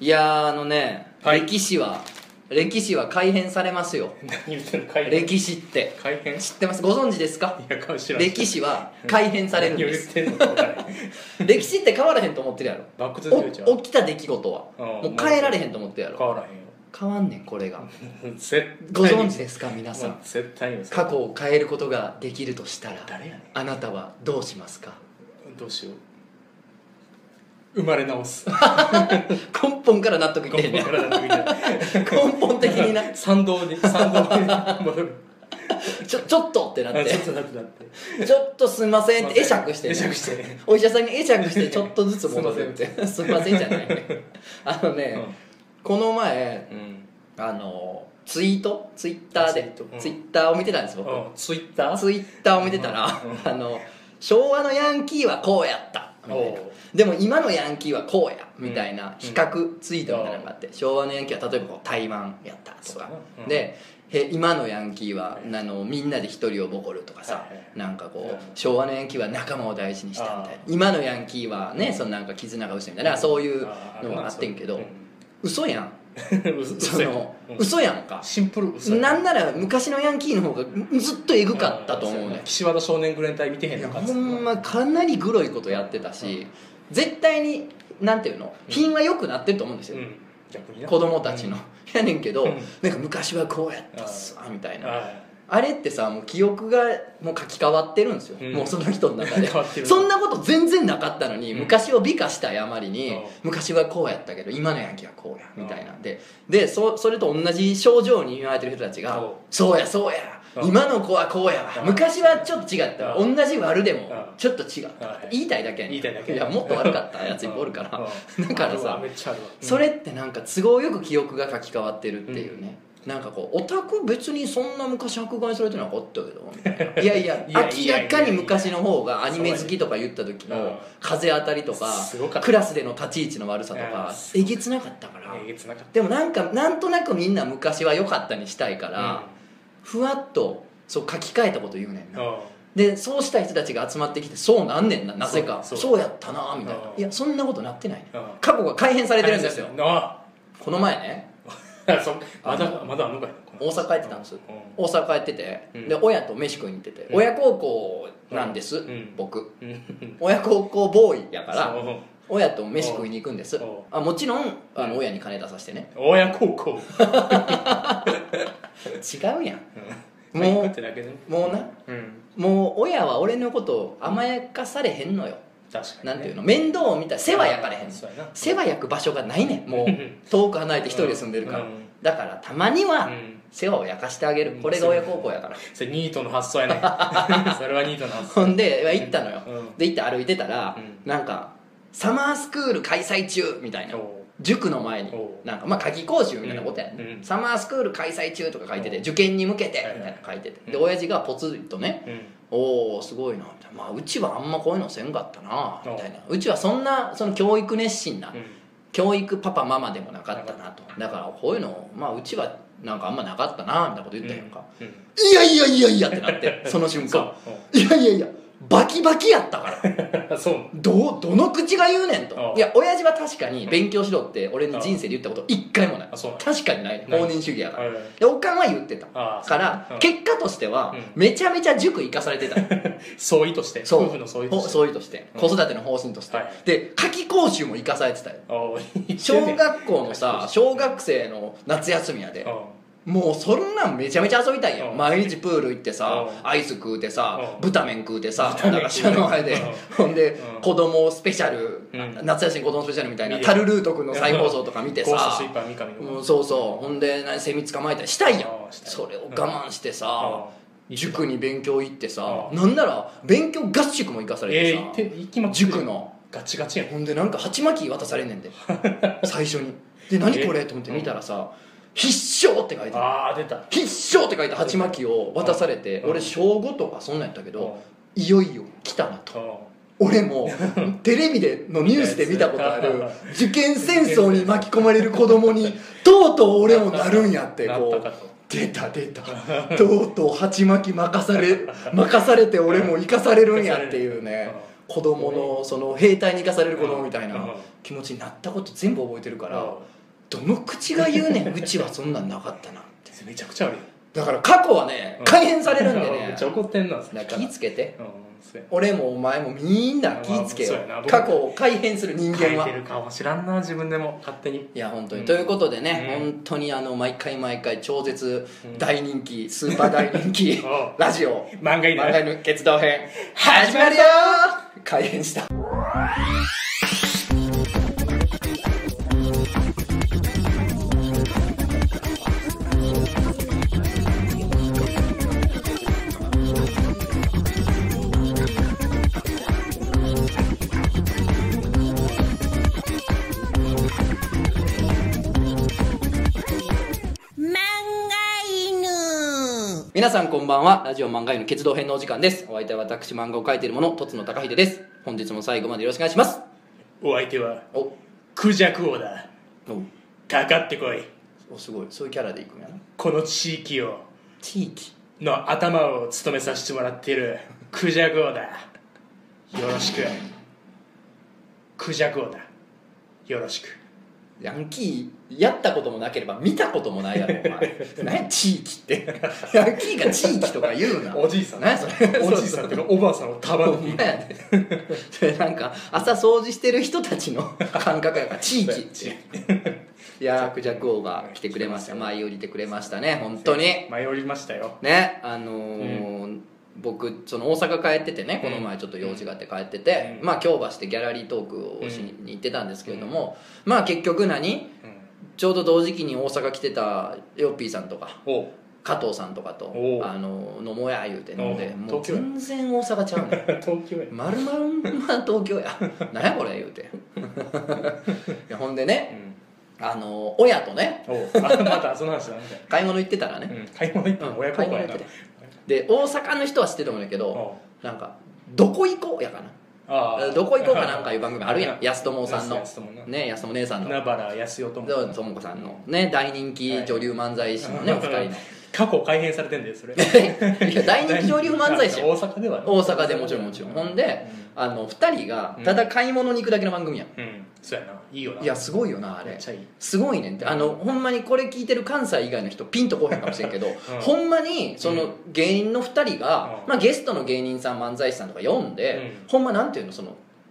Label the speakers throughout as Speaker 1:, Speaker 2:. Speaker 1: いやーあのね、
Speaker 2: はい
Speaker 1: 歴史は歴史は改変されますよ
Speaker 2: 何言ってんの改変
Speaker 1: 歴史って
Speaker 2: 改変い
Speaker 1: 知ってますご存知ですか
Speaker 2: や顔知らん
Speaker 1: 歴史は改変されるんです
Speaker 2: 何を言ってんのか分からない
Speaker 1: 歴史って変わらへんと思ってるやろ
Speaker 2: バック・トゥ・フューチャ
Speaker 1: お
Speaker 2: ー
Speaker 1: 起きた出来事は
Speaker 2: うん
Speaker 1: もう変えられへんと思ってるや
Speaker 2: 変
Speaker 1: ろ
Speaker 2: わらへんよ
Speaker 1: 変わんねんこれが
Speaker 2: 絶対に
Speaker 1: ご存知ですか皆さ
Speaker 2: もうん絶対に
Speaker 1: 過去を変えることができるとしたら
Speaker 2: 誰やね
Speaker 1: あなたはどうしますか
Speaker 2: んどうしよう生まれ 直す
Speaker 1: 根本から納得いってへんね
Speaker 2: 根本からだ って
Speaker 1: 根本的にな
Speaker 2: みたい賛同に賛同に戻 る
Speaker 1: ちょちょっとってなっ
Speaker 2: あちょってとだってだって
Speaker 1: ちょっとすんませんって会釈してん
Speaker 2: 会
Speaker 1: ねん
Speaker 2: 釈して
Speaker 1: お医者さんに会釈してちょっとずつ戻せってすいませんじゃ ないねあのね、この前
Speaker 2: うん
Speaker 1: あのツイートツイッター
Speaker 2: ツイー
Speaker 1: で
Speaker 2: トうん
Speaker 1: ツイッターを見てたんです僕、
Speaker 2: うんツイッター
Speaker 1: ツイッターを見てたら、
Speaker 2: う
Speaker 1: あの昭和のヤンキーはこうやったみたいな
Speaker 2: おう
Speaker 1: でも今のヤンキーはこうやみたいな
Speaker 2: うん
Speaker 1: 比較ツイートみたいなのがあって、昭和のヤンキーは例えばこう台湾やったと
Speaker 2: そう
Speaker 1: か
Speaker 2: だな、うん
Speaker 1: でへ今のヤンキーは、
Speaker 2: はい
Speaker 1: あのみんなで一人をボコるとかさ、
Speaker 2: はいはい
Speaker 1: なんかこう、
Speaker 2: うん
Speaker 1: 昭和のヤンキーは仲間を大事にしたみたい
Speaker 2: あ
Speaker 1: な今のヤンキーはねそのなんか絆が薄いみたいなそういうのがあってんけど、嘘やんその、嘘やんか
Speaker 2: シンプル嘘
Speaker 1: なんなら昔のヤンキーの方がずっとエグかったと思うねん
Speaker 2: 岸和田少年グレン隊見てへ
Speaker 1: い
Speaker 2: ん
Speaker 1: や
Speaker 2: のか
Speaker 1: ほんまかなりグロいことやってたし、絶対になんていうの
Speaker 2: うん
Speaker 1: 品は良くなってると思うんです
Speaker 2: う
Speaker 1: よ、
Speaker 2: ん逆にな
Speaker 1: 子供たちの、 やねんけど、
Speaker 2: うん
Speaker 1: なんか昔はこうやったっすわみたいなあ
Speaker 2: あ
Speaker 1: れってさもう記憶がもう書き換わってるんですよ、
Speaker 2: うん
Speaker 1: もうその人の中で
Speaker 2: 変わってる
Speaker 1: そんなこと全然なかったのに、
Speaker 2: うん
Speaker 1: 昔を美化した誤りに、
Speaker 2: うん
Speaker 1: 昔はこうやったけど今のヤンキーはこうやみたいな、ででそそれと同じ症状に見舞われてる人たちが、
Speaker 2: うん
Speaker 1: そうやそうや
Speaker 2: うん
Speaker 1: 今の子はこうやわ、
Speaker 2: うん
Speaker 1: 昔はちょっと違ったわ、
Speaker 2: う
Speaker 1: 同じ悪でも
Speaker 2: うん
Speaker 1: ちょっと違ったわ、
Speaker 2: はい
Speaker 1: 言いたいだけやねん
Speaker 2: 言いたいだけ
Speaker 1: やもっと悪かったやついっぱいおるから、
Speaker 2: うん
Speaker 1: だからさ
Speaker 2: あるわめっちゃあるわ
Speaker 1: それってなんか都合よく記憶が書き換わってるっていうね、なんかこうオタク別にそんな昔迫害されてなかったけどみた いないやいや
Speaker 2: いやい
Speaker 1: 明
Speaker 2: や
Speaker 1: らかに昔の方がアニメ好きとか言った時
Speaker 2: そうやね
Speaker 1: の風当たりとか
Speaker 2: すごかった
Speaker 1: クラスでの立ち位置の悪さと
Speaker 2: いや
Speaker 1: か
Speaker 2: す
Speaker 1: え
Speaker 2: ご
Speaker 1: げ
Speaker 2: かった
Speaker 1: つなかったから
Speaker 2: えげつなかっ
Speaker 1: でもなんかなんとなくみんな昔は良かったにしたいか
Speaker 2: た
Speaker 1: ら、ふわっとそう書き換えたこと言うねん
Speaker 2: うん
Speaker 1: な
Speaker 2: うん
Speaker 1: でそうした人たちが集まってきてそうなんねんななぜかそ
Speaker 2: そうう
Speaker 1: やったなみたいな
Speaker 2: うん
Speaker 1: いやそんなことなってないね
Speaker 2: うん
Speaker 1: 過去が改変されてるんですよ
Speaker 2: あ
Speaker 1: この前ね
Speaker 2: あそまだまだあんのかいな
Speaker 1: 大阪行ってたんです大阪帰ってて、
Speaker 2: うん
Speaker 1: で親と飯食いに行ってて、
Speaker 2: うん
Speaker 1: 親孝行なんです、
Speaker 2: うん
Speaker 1: 僕
Speaker 2: うんうん
Speaker 1: 親孝行ボーイやから
Speaker 2: そう
Speaker 1: 親と飯食いに行くんです
Speaker 2: おう
Speaker 1: あもちろんあの親に金出させてね
Speaker 2: 親孝行
Speaker 1: 違うやん
Speaker 2: う
Speaker 1: もう
Speaker 2: んまあ行くってだけでね
Speaker 1: もうな
Speaker 2: うん
Speaker 1: もう親は俺のこと甘やかされへんのよ、
Speaker 2: 確かに
Speaker 1: な
Speaker 2: ね
Speaker 1: んていうの面倒を見たら世話焼かれへん
Speaker 2: そうやな
Speaker 1: 世話焼く場所がないねんも
Speaker 2: う
Speaker 1: うん遠く離れて一人で住んでるから、
Speaker 2: うん
Speaker 1: だからたまには
Speaker 2: うん
Speaker 1: 世話を焼かしてあげるこれが親孝行やから
Speaker 2: それニートの発想 やねそれはニートの発想
Speaker 1: ほんで行ったのよ、
Speaker 2: うん
Speaker 1: で行って歩いてたら、
Speaker 2: う
Speaker 1: なんか「サマースクール開催中」みたいな
Speaker 2: お
Speaker 1: 塾の前に
Speaker 2: おう
Speaker 1: なんかまあ夏季講習みたいなことやね、
Speaker 2: うんうん
Speaker 1: サマースクール開催中とか書いてて
Speaker 2: おう
Speaker 1: 受験に向けて
Speaker 2: はいはい
Speaker 1: みたいなの書いててで
Speaker 2: うん
Speaker 1: 親父がポツリとね
Speaker 2: ううん
Speaker 1: 「おおすごいな」みたいな、まあ、うちはあんまこういうのせんかったな」
Speaker 2: おう
Speaker 1: みたいなうちはそんなその教育熱心な、
Speaker 2: うん
Speaker 1: 教育パパママでもなかったなとだからこういうのまあうちはなんかあんまなかったなみたいなこと言ったやんか、
Speaker 2: うん
Speaker 1: いやいやいやいやってなってその瞬間
Speaker 2: そう
Speaker 1: いやいやいやバキバキやったから
Speaker 2: うん そう
Speaker 1: どうどの口が言うねんと
Speaker 2: うん
Speaker 1: いや親父は確かに勉強しろって俺の人生で言ったこと一回もない
Speaker 2: あそうなん
Speaker 1: 確かにないね
Speaker 2: ない
Speaker 1: 放任主義やから
Speaker 2: はいはい
Speaker 1: でおかんは言ってた
Speaker 2: ああ
Speaker 1: から
Speaker 2: うん
Speaker 1: 結果としては
Speaker 2: うん
Speaker 1: めちゃめちゃ塾行かされて た
Speaker 2: 相違として
Speaker 1: そう
Speaker 2: 夫婦の相違と
Speaker 1: ほ
Speaker 2: して
Speaker 1: そういうとして
Speaker 2: うん
Speaker 1: 子育ての方針として
Speaker 2: はい
Speaker 1: で夏季講習も行かされてたよ
Speaker 2: おー言ってね
Speaker 1: 小学校のさ
Speaker 2: 夏季
Speaker 1: 小学生の夏休みやで
Speaker 2: うん
Speaker 1: もうそんなんめちゃめちゃ遊びたいよ
Speaker 2: うん
Speaker 1: 毎日プール行ってさ
Speaker 2: うん
Speaker 1: アイス食うてさ
Speaker 2: うん
Speaker 1: 豚麺食うてさ
Speaker 2: 豚
Speaker 1: 駄
Speaker 2: 麺
Speaker 1: 菓子屋の前で
Speaker 2: う
Speaker 1: ほんで
Speaker 2: うん
Speaker 1: 子供スペシャル
Speaker 2: うん
Speaker 1: 夏休み子供スペシャルみたいな
Speaker 2: 見る
Speaker 1: タルルート君の再放送とか見て
Speaker 2: ゴースト
Speaker 1: さ
Speaker 2: スイーパー三上の
Speaker 1: うんそうそうほんで何セミ捕まえたりしたいやん
Speaker 2: ああしたい
Speaker 1: それを我慢してさ
Speaker 2: うん
Speaker 1: 塾に勉強行ってさ
Speaker 2: うん
Speaker 1: なんなら勉強合宿も行かされ
Speaker 2: え
Speaker 1: て
Speaker 2: え
Speaker 1: さ
Speaker 2: 行って行きまくってる
Speaker 1: 塾の
Speaker 2: ガチガチやん
Speaker 1: ほんでなんか鉢巻き渡されん ねんで最初にで何これと思って見たらさ「必勝」って書いてある
Speaker 2: ああ出た
Speaker 1: 必勝って書いた鉢巻きを渡されて
Speaker 2: うん
Speaker 1: 俺小5とかそんなんやったけどいよいよ来たなと
Speaker 2: うん
Speaker 1: 俺も テレビでのニュースで見たことある受験戦争に巻き込まれる子供にとうとう俺もなるんやって
Speaker 2: な
Speaker 1: こ
Speaker 2: ったか
Speaker 1: う
Speaker 2: と
Speaker 1: 出た出 たとうとう鉢巻き任され任されて俺も生かされるんやっていうね
Speaker 2: うん
Speaker 1: 子供のその兵隊に生かされる子供みたい
Speaker 2: うん
Speaker 1: な気持ちになったこと全部覚えてるからどの口が言うねんうちはそんなんなかったなって
Speaker 2: めちゃくちゃあるよ
Speaker 1: だから過去はね
Speaker 2: うん
Speaker 1: 改変されるんで
Speaker 2: め
Speaker 1: ね
Speaker 2: っ ちゃ怒ってんなだ
Speaker 1: だから気ぃつけて
Speaker 2: うんそうや
Speaker 1: 俺もお前もみんな気ぃつけよ
Speaker 2: まあまあそうやな僕も
Speaker 1: 過去を改変する人間は
Speaker 2: 書いてるかもしらんな自分でも勝手に
Speaker 1: いや本当に、
Speaker 2: うん
Speaker 1: ということでね、
Speaker 2: うん
Speaker 1: 本当にあの毎回毎回超絶
Speaker 2: うん
Speaker 1: 大人気、スーパー大人気
Speaker 2: おう
Speaker 1: ラジオ
Speaker 2: 漫画いい
Speaker 1: 漫
Speaker 2: ね
Speaker 1: 画の決動編始まるよー開演した
Speaker 3: 漫画犬
Speaker 1: 皆さんこんばんはラジオ漫画への決動編のお時間ですお相手は私漫画を描いている者とつのたかひでです本日も最後までよろしくお願いします
Speaker 2: お相手は
Speaker 1: おお
Speaker 2: クジャク王だかかってこい
Speaker 1: おすごいそういうキャラでいくんやな
Speaker 2: この地域を
Speaker 1: 地域
Speaker 2: の頭を務めさせてもらっているクジャク王だよろしくクジャク王だよろしく
Speaker 1: ヤンキーやったこともなければ見たこともないやろお前 何や地域ってヤンキーが地域とか言うな
Speaker 2: おじいさん
Speaker 1: 何やそれ
Speaker 2: おじいさんとかおばあさんを束
Speaker 1: ほ
Speaker 2: ね
Speaker 1: ん
Speaker 2: て
Speaker 1: まやで それなんか朝掃除してる人たちの感覚やから地域 っていやークジャク王が来てくれました舞い降りてくれましたね本当に
Speaker 2: 迷いましたよ
Speaker 1: ねあのー僕その大阪帰っててねこの前ちょっと用事があって帰ってて、
Speaker 2: うん
Speaker 1: まあ京橋でギャラリートークをしに行ってたんですけれども、まあ結局何
Speaker 2: うん
Speaker 1: ちょうど同時期に大阪来てたヨッピーさんとか
Speaker 2: おう
Speaker 1: 加藤さんとかと
Speaker 2: おう
Speaker 1: あの飲もうや言うて飲んで
Speaker 2: おう
Speaker 1: もう
Speaker 2: 東京や
Speaker 1: 全然大阪ちゃうねん
Speaker 2: 東京へ
Speaker 1: まるまるま東京やなんやこれ言うて いやほんでねあの親とね
Speaker 2: おうあまたその話だみたい
Speaker 1: 買い物行ってたらね、
Speaker 2: な、うん、買い物行った
Speaker 1: う
Speaker 2: の
Speaker 1: ん
Speaker 2: 親孝行や
Speaker 1: 買
Speaker 2: ない
Speaker 1: 物行ってで大阪の人は知ってると思うんだけど
Speaker 2: おう
Speaker 1: なんか「どこ行こう」やか
Speaker 2: あ
Speaker 1: な「
Speaker 2: あ
Speaker 1: どこ行こう」かなんかいう番組ある やん安友さんの
Speaker 2: 安安友な
Speaker 1: ね安友姉さんの
Speaker 2: 海原康代とも
Speaker 1: とも子さんのね大人気女流漫才師のねお二人 の
Speaker 2: 過去改変されてんだよそれ
Speaker 1: いや大人気女流漫才師や
Speaker 2: 大阪ではね
Speaker 1: 大阪でもちろんもちろんほんであの二人がただ買い物に行くだけの番組やん
Speaker 2: うんそうやないいよない
Speaker 1: やすごいよなあ
Speaker 2: め
Speaker 1: れ
Speaker 2: っちゃいい
Speaker 1: すごいねんってあのほんまにこれ聞いてる関西以外の人ピンとこへんかもしれんけど、ほんまにその芸人の2人が、
Speaker 2: うん
Speaker 1: まあ、ゲストの芸人さん漫才師さんとか読んで、
Speaker 2: うん
Speaker 1: ほんまなんていうのその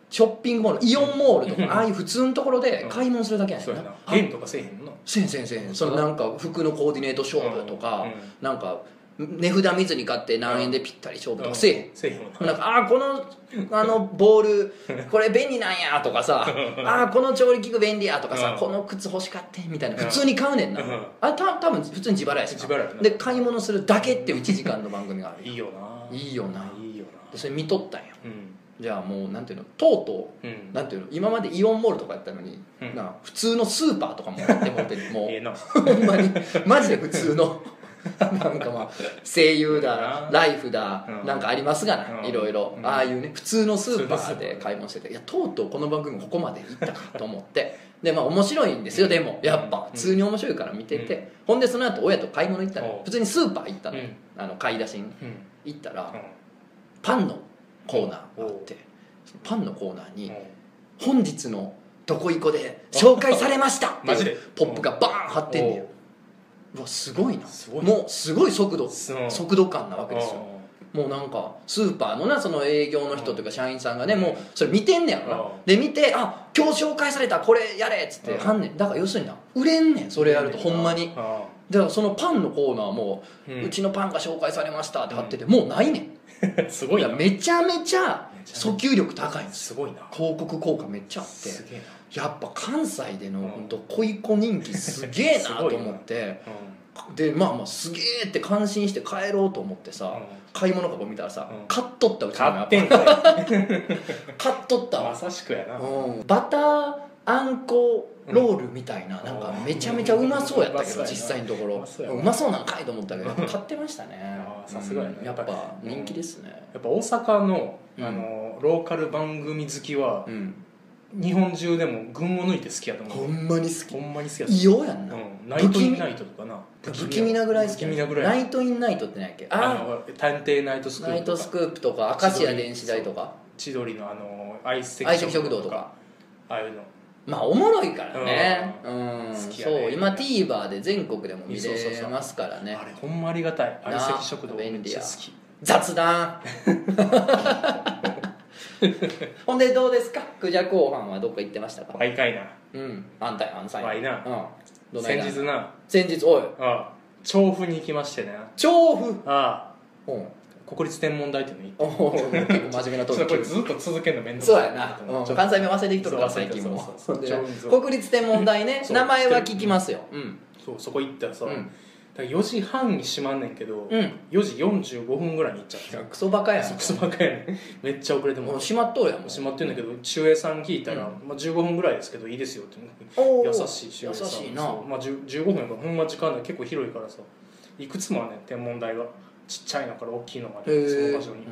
Speaker 1: ショッピングモールイオンモールとか、
Speaker 2: うん
Speaker 1: ああいう普通のところで
Speaker 2: うん
Speaker 1: 買い物するだけやねん
Speaker 2: そうやな
Speaker 1: あ
Speaker 2: ゲームとかせえへんもんな
Speaker 1: せんせんせんそのなんか服のコーディネート勝負とか、
Speaker 2: う
Speaker 1: なんか値札見ずに買って何円でぴったり勝負とかせえへん
Speaker 2: せえへんもん な
Speaker 1: なんかあーこのあのボールこれ便利なんやとか さあーこの調理器具便利やとかさ、
Speaker 2: うん
Speaker 1: この靴欲しかってんみたいな
Speaker 2: うん
Speaker 1: 普通に買うねんな、
Speaker 2: うん
Speaker 1: あた多分普通に自腹やしな
Speaker 2: 自腹やな
Speaker 1: で買い物するだけっていう1時間の番組がある
Speaker 2: いいよないい
Speaker 1: いよない
Speaker 2: いよ
Speaker 1: でそれ見とったんよ
Speaker 2: なうん
Speaker 1: じゃあもうなんていうのとうと
Speaker 2: う
Speaker 1: うんなんていうの今までイオンモールとかやったのに、
Speaker 2: うん
Speaker 1: な普通のスーパーとかもやってもって るもう
Speaker 2: ええな
Speaker 1: ほんまにマジで普通の なんかまあ声優だライフだ、
Speaker 2: うん
Speaker 1: なんかありますがな、
Speaker 2: うん
Speaker 1: いろいろ、
Speaker 2: うん
Speaker 1: ああいうね普通のスーパ
Speaker 2: 普通
Speaker 1: ー
Speaker 2: のスーパ
Speaker 1: で
Speaker 2: ー
Speaker 1: 買い物してていやとうとうこの番組もここまで行ったかと思って でまあ面白いんですよでもやっぱ
Speaker 2: うん
Speaker 1: 普通に面白いから見てて、
Speaker 2: うん
Speaker 1: ほんでその後親と買い物行った
Speaker 2: お
Speaker 1: の
Speaker 2: う
Speaker 1: 普通にスーパー行ったの,、
Speaker 2: うん
Speaker 1: あの買い出しに
Speaker 2: うん
Speaker 1: 行ったら、パンのコーナーがあってそのパンのコーナーに、本日のどこいこで紹介されましたって
Speaker 2: マジ
Speaker 1: い
Speaker 2: で
Speaker 1: うポップがバーン貼ってんねや
Speaker 2: おう
Speaker 1: うわすごいな
Speaker 2: すごいな
Speaker 1: もうすごい速度
Speaker 2: そう
Speaker 1: 速度感なわ
Speaker 2: わ
Speaker 1: けですよもうなんかスーパーのなその営業の人というか社員さんがねもうそれ見てんねやろな
Speaker 2: うん
Speaker 1: で見てあ今日紹介されたこれやれっつって
Speaker 2: うん
Speaker 1: はんねんだから要するにな売れんねんそれやるとほんまにだからそのパンのコーナーも
Speaker 2: うん
Speaker 1: うちのパンが紹介されましたって貼っててもうないねん
Speaker 2: すごい
Speaker 1: いや
Speaker 2: な
Speaker 1: めちゃめちゃ
Speaker 2: めちゃめちゃ
Speaker 1: 訴求力高いんです
Speaker 2: すごいな
Speaker 1: 広告効果めっちゃあって
Speaker 2: すげえ
Speaker 1: やっぱ関西で
Speaker 2: うん
Speaker 1: のどこいこ人気すげえなと思っ て
Speaker 2: な
Speaker 1: でまあまあすげえって感心して帰ろうと思ってさ、
Speaker 2: うん
Speaker 1: 買い物かご見たらさ、
Speaker 2: うん
Speaker 1: 買っとったうちの
Speaker 2: 買ってんか
Speaker 1: 買っとっ
Speaker 2: い
Speaker 1: た
Speaker 2: ま
Speaker 1: わ、
Speaker 2: さしくやな
Speaker 1: うん、バターあんこロールみたいな、なんかめちゃめちゃうまそうやったけど、
Speaker 2: うん
Speaker 1: 実際のところ
Speaker 2: う
Speaker 1: う
Speaker 2: まそうやな
Speaker 1: まそうなんかいと思ったけど買ってましたね
Speaker 2: あーさすがやね
Speaker 1: うんやっぱ人気ですね
Speaker 2: やっぱ大阪の,、
Speaker 1: うん
Speaker 2: あのローカル番組好きは
Speaker 1: う、ん、
Speaker 2: 日本中でも群を抜いて好きやと思
Speaker 1: ほ
Speaker 2: うん
Speaker 1: まに好
Speaker 2: ほんまに好きやと
Speaker 1: き
Speaker 2: 思
Speaker 1: 異様やんな、
Speaker 2: う、うん、ナイト・イン・ナイトとかな
Speaker 1: 不気味なぐらい好き
Speaker 2: 不気味なぐら
Speaker 1: ナ
Speaker 2: い
Speaker 1: イトインナイトって何やっけあ
Speaker 2: あ
Speaker 1: あ
Speaker 2: の探偵ナイトスクー
Speaker 1: ナ
Speaker 2: プ
Speaker 1: イト
Speaker 2: とか
Speaker 1: スクープとか明石家電子台とか
Speaker 2: 千鳥のあの相席
Speaker 1: 相席食堂とか
Speaker 2: ああいうの
Speaker 1: まあおもろいからねうん、
Speaker 2: 好きや
Speaker 1: そ
Speaker 2: ね
Speaker 1: う今 TVer で全国でも見
Speaker 2: そうそう
Speaker 1: れ
Speaker 2: そう
Speaker 1: ますからね
Speaker 2: あれほんまありがたい
Speaker 1: なあ
Speaker 2: 相席食堂めっちゃ好き
Speaker 1: 雑 談ほんでどうですかクジャク王飯はどっか行ってましたか
Speaker 2: 毎回な
Speaker 1: うん安泰安泰
Speaker 2: わいな
Speaker 1: うんどない
Speaker 2: 先
Speaker 1: な
Speaker 2: 日な
Speaker 1: 先日おい
Speaker 2: ああ調布に行きましてね
Speaker 1: 調布
Speaker 2: あ
Speaker 1: うん
Speaker 2: あ国立天文台っていうのに
Speaker 1: おお結構真面目な
Speaker 2: ち
Speaker 1: ト
Speaker 2: ょっとこ
Speaker 1: ー
Speaker 2: れ
Speaker 1: ク
Speaker 2: ずっと続けるの面
Speaker 1: そうや
Speaker 2: 倒くさい
Speaker 1: な、
Speaker 2: と
Speaker 1: う
Speaker 2: 思
Speaker 1: ん、
Speaker 2: って
Speaker 1: 関西弁忘れてきとるから最近も
Speaker 2: そう忘れてるそうそうそう
Speaker 1: ほんでな国立天文台ね
Speaker 2: そう
Speaker 1: 名前は聞きますようん
Speaker 2: そうそこ行ったらさ、
Speaker 1: うん
Speaker 2: だから4時半に閉まんねんけど、
Speaker 1: うん
Speaker 2: 4時45分ぐらいに行っちゃって
Speaker 1: クソバカやん
Speaker 2: そクソばっかやねんめっちゃ遅れて
Speaker 1: も
Speaker 2: も
Speaker 1: う閉まっとるやんもう
Speaker 2: 閉まってんだけど中衛さん聞いたら、まあ、15分ぐらいですけどいいですよって
Speaker 1: お
Speaker 2: 優
Speaker 1: ー
Speaker 2: しい中衛さん
Speaker 1: 優しいな
Speaker 2: そうまあ、10 15分やからほんま時間ない結構広いからさいくつもあんねん天文台がちっちゃいのから大きいのま
Speaker 1: へ
Speaker 2: でその
Speaker 1: え
Speaker 2: 場所に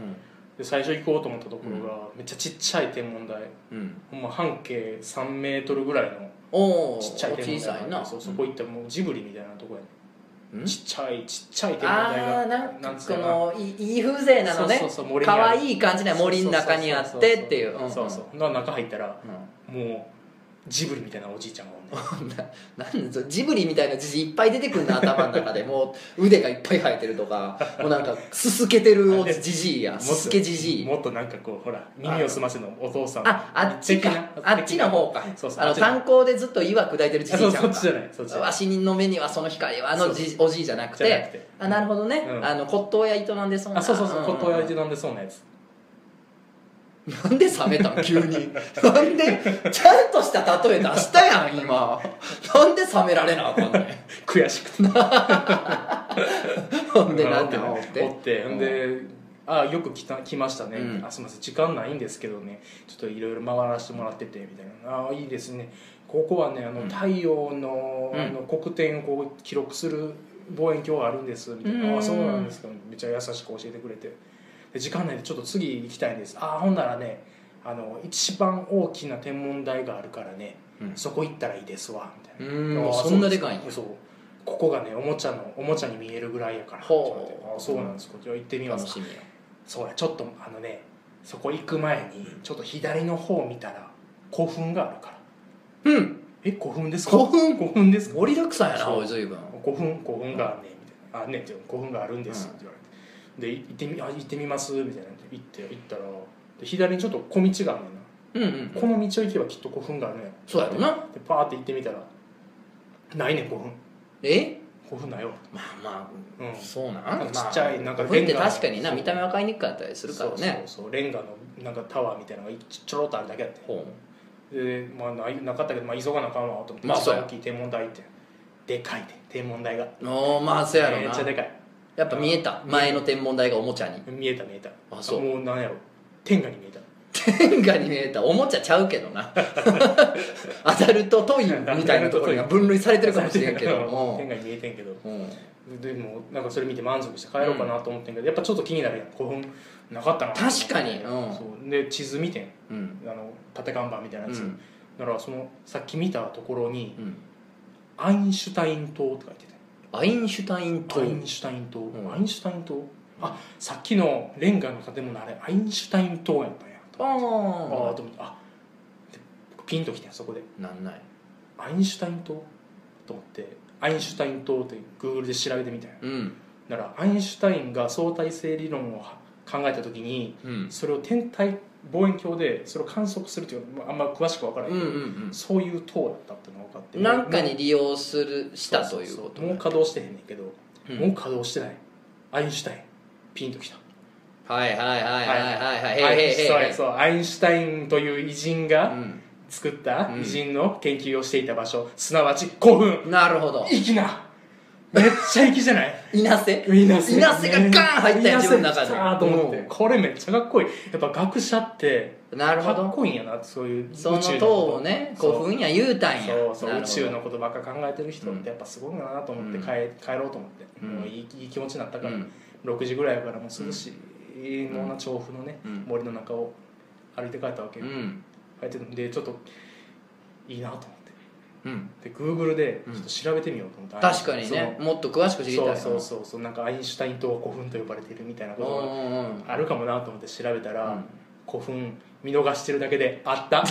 Speaker 2: で最初行こうと思ったところが、めっちゃちっちゃい天文台
Speaker 1: うん、うん、
Speaker 2: ほんま半径3メートルぐらいの
Speaker 1: おお
Speaker 2: ちっちゃい天
Speaker 1: 小
Speaker 2: 文台
Speaker 1: さいな
Speaker 2: そうそこ行ったらもうジブリみたいなとこやねん
Speaker 1: うん
Speaker 2: ちっちゃいちっちゃい天文台が
Speaker 1: あーなんか
Speaker 2: つう
Speaker 1: こ
Speaker 2: かな
Speaker 1: のいいいい風情なのね
Speaker 2: そうそうそう森にある
Speaker 1: 可愛い感じで森の中にあってっていう
Speaker 2: そうそうそうそう中入ったら
Speaker 1: うんうん
Speaker 2: もうジブリみたいなおじいちゃんがおんねん
Speaker 1: ななん でジブリみたいな字いっぱい出てくるな頭の中でもう腕がいっぱい生えてるとかもうなんかすすけてるおじじじいや
Speaker 2: っと
Speaker 1: すすけじじい
Speaker 2: もっとなんかこうほら耳をすませのお父さん
Speaker 1: ああっち
Speaker 2: 的
Speaker 1: か
Speaker 2: な
Speaker 1: あっちの方か
Speaker 2: そうそう
Speaker 1: あ
Speaker 2: あ
Speaker 1: の
Speaker 2: っちの
Speaker 1: 炭鉱でずっと岩砕いてるじじいちゃ
Speaker 2: そ
Speaker 1: ん
Speaker 2: うそっちじゃないそっちじゃ
Speaker 1: か
Speaker 2: ない
Speaker 1: わしの目にはその光はあのじおじいじゃなく
Speaker 2: じゃなく
Speaker 1: て
Speaker 2: て
Speaker 1: あなるほどね、
Speaker 2: うん
Speaker 1: あの骨董屋営んでそうな
Speaker 2: あそうそうそ
Speaker 1: ん
Speaker 2: うん骨董屋でなんでそうなやつ
Speaker 1: なんで冷めたん急になんでちゃんとした例え出したやん今なんで冷められなあかんねん
Speaker 2: 悔しくて
Speaker 1: ほんでなんて
Speaker 2: お
Speaker 1: 思
Speaker 2: っ
Speaker 1: って
Speaker 2: ておってほんであよく来た来ましたね、
Speaker 1: うん
Speaker 2: あすみません時間ないんですけどねちょっといろいろ回らせてもらっててみたいなあいいですねここはねあの
Speaker 1: うん
Speaker 2: 太陽の,、
Speaker 1: うん
Speaker 2: あの黒点をこう記録する望遠鏡があるんですみたいな、
Speaker 1: うん
Speaker 2: あそうなんですかめっちゃ優しく教えてくれてで時間内でちょっと次行きたいんですあほんならねあの一番大きな天文台があるからね、
Speaker 1: うん
Speaker 2: そこ行ったらいいですわみたいな
Speaker 1: うん
Speaker 2: あ
Speaker 1: そんなでかいんや
Speaker 2: そうここがねおもちゃのおもちゃに見えるぐらいやから
Speaker 1: ほう
Speaker 2: って言われてあそうなんですかじゃあ行ってみま
Speaker 1: 楽
Speaker 2: す
Speaker 1: しみよ
Speaker 2: そうやちょっとあのねそこ行く前にちょっと左の方を見たら古墳があるから
Speaker 1: うん
Speaker 2: え古墳ですか
Speaker 1: 古墳
Speaker 2: 古墳ですか
Speaker 1: 盛りだくさんやな
Speaker 2: そう
Speaker 1: おい随分
Speaker 2: 古墳古墳があんねんみたいなあんねんって古墳があるんですって言われてで行ってみあ行ってみますみたいな行って行ったらで左にちょっと小道があんねんな
Speaker 1: うんうん
Speaker 2: この道を行けばきっと古墳があるねん
Speaker 1: そうやろな
Speaker 2: でパーって行ってみたらないねん古墳
Speaker 1: え
Speaker 2: 古墳ないわ
Speaker 1: まあまあ、
Speaker 2: うん
Speaker 1: そうなん
Speaker 2: ちっちゃいなんか
Speaker 1: これって
Speaker 2: レンガの
Speaker 1: 確かにな見た目は買いにくかったりするからね
Speaker 2: そうそうそうレンガのなんかタワーみたいなのがちちょろっとあるだけやって
Speaker 1: ほ
Speaker 2: で、まあ、ないなかったけど、まあ、急がなあかんわと思って、
Speaker 1: まあ
Speaker 2: 一番
Speaker 1: そうや
Speaker 2: 大きい天文台行ってでかいね天文台が
Speaker 1: うおーまあそうやろ
Speaker 2: めっ
Speaker 1: な
Speaker 2: ちゃでかい
Speaker 1: やっぱ見えた前の天文台がおもちゃに
Speaker 2: 見えた見えた
Speaker 1: あそう
Speaker 2: もうなんやろ天下に見えた
Speaker 1: 天下に見えたおもちゃちゃうけどなアダルトトイみたいなところが分類されてるかもしれんけ ど
Speaker 2: うん
Speaker 1: も
Speaker 2: 天下に見えてんけど
Speaker 1: うん
Speaker 2: でもなんかそれ見て満足して帰ろうかなと思ってんけど、やっぱちょっと気になるやん古墳なかったな
Speaker 1: 確かにうん
Speaker 2: そうで地図見てん
Speaker 1: うん
Speaker 2: あの縦看板みたいな
Speaker 1: う
Speaker 2: やつ、
Speaker 1: ん
Speaker 2: だからそのさっき見たところに
Speaker 1: うん
Speaker 2: アインシュタイン島って書いてた
Speaker 1: アインシュタイン
Speaker 2: ア
Speaker 1: 島
Speaker 2: インシュタイン島、
Speaker 1: ん
Speaker 2: アインシュタイン島あさっきのレンガの建物あれアインシュタイン島やったんやと思ってあ
Speaker 1: あ
Speaker 2: ーと思ってあでピンときてそこで
Speaker 1: あなんない
Speaker 2: アインシュタイン島と思ってアインシュタイン島ってグーグルで調べてみたんや
Speaker 1: うん
Speaker 2: ならアインシュタインが相対性理論を考えた時に
Speaker 1: うん
Speaker 2: それを天体望遠鏡でそれを観測するっていうのはあんま詳しく分から
Speaker 1: う
Speaker 2: なんい、
Speaker 1: うんうん
Speaker 2: そういう塔だったっていうのが分かって
Speaker 1: なんかに利用するしたということ
Speaker 2: そそそもう稼働してへんねんけど、
Speaker 1: うん
Speaker 2: もう稼働してないアインシュタインピンときた
Speaker 1: はいはいはいはいはい
Speaker 2: ア
Speaker 1: はい
Speaker 2: イン
Speaker 1: へいへ
Speaker 2: シュ
Speaker 1: い
Speaker 2: そう
Speaker 1: へ
Speaker 2: や
Speaker 1: い
Speaker 2: そうアインシュタインという偉人が
Speaker 1: う
Speaker 2: 作った
Speaker 1: うん
Speaker 2: 偉人の研究をしていた場所、すなわち古墳
Speaker 1: んなるほど
Speaker 2: 粋なめっちゃ粋じゃない
Speaker 1: いなせ
Speaker 2: いなせ
Speaker 1: いなせがガーン入ったやん
Speaker 2: いなせ
Speaker 1: 自分の中で
Speaker 2: 来たと思って、
Speaker 1: うん
Speaker 2: これめっちゃかっこいいやっぱ学者って
Speaker 1: なるほ
Speaker 2: かっ
Speaker 1: ど
Speaker 2: こいいんやなそういう宇宙
Speaker 1: その塔を
Speaker 2: こと
Speaker 1: ね
Speaker 2: そう
Speaker 1: 古墳や言うたんや
Speaker 2: そうそう
Speaker 1: なる
Speaker 2: 宇
Speaker 1: ほど
Speaker 2: 宙のことばっか考えてる人ってやっぱすごいなと思って
Speaker 1: うん
Speaker 2: 帰,、帰ろうと思って、
Speaker 1: うん
Speaker 2: もういいいい気持ちになった
Speaker 1: う
Speaker 2: から、
Speaker 1: ん
Speaker 2: 6時ぐらいからもう涼しいもうな調布のね、
Speaker 1: うん
Speaker 2: 森の中を歩いて帰ったわけ
Speaker 1: う
Speaker 2: よ、
Speaker 1: ん
Speaker 2: 帰ってでちょっといいなと思っ
Speaker 1: うん
Speaker 2: てでグーグルで
Speaker 1: うん
Speaker 2: ちょっと調べてみようと思って、
Speaker 1: 確かにねもっと詳しく知りたい
Speaker 2: その
Speaker 1: な
Speaker 2: そうそうそうそうなんかアインシュタイン島古墳と呼ばれているみたいなこ
Speaker 1: うん
Speaker 2: と
Speaker 1: うんうん
Speaker 2: があるかもなと思って調べたら、
Speaker 1: うん
Speaker 2: 古墳見逃してるだけであった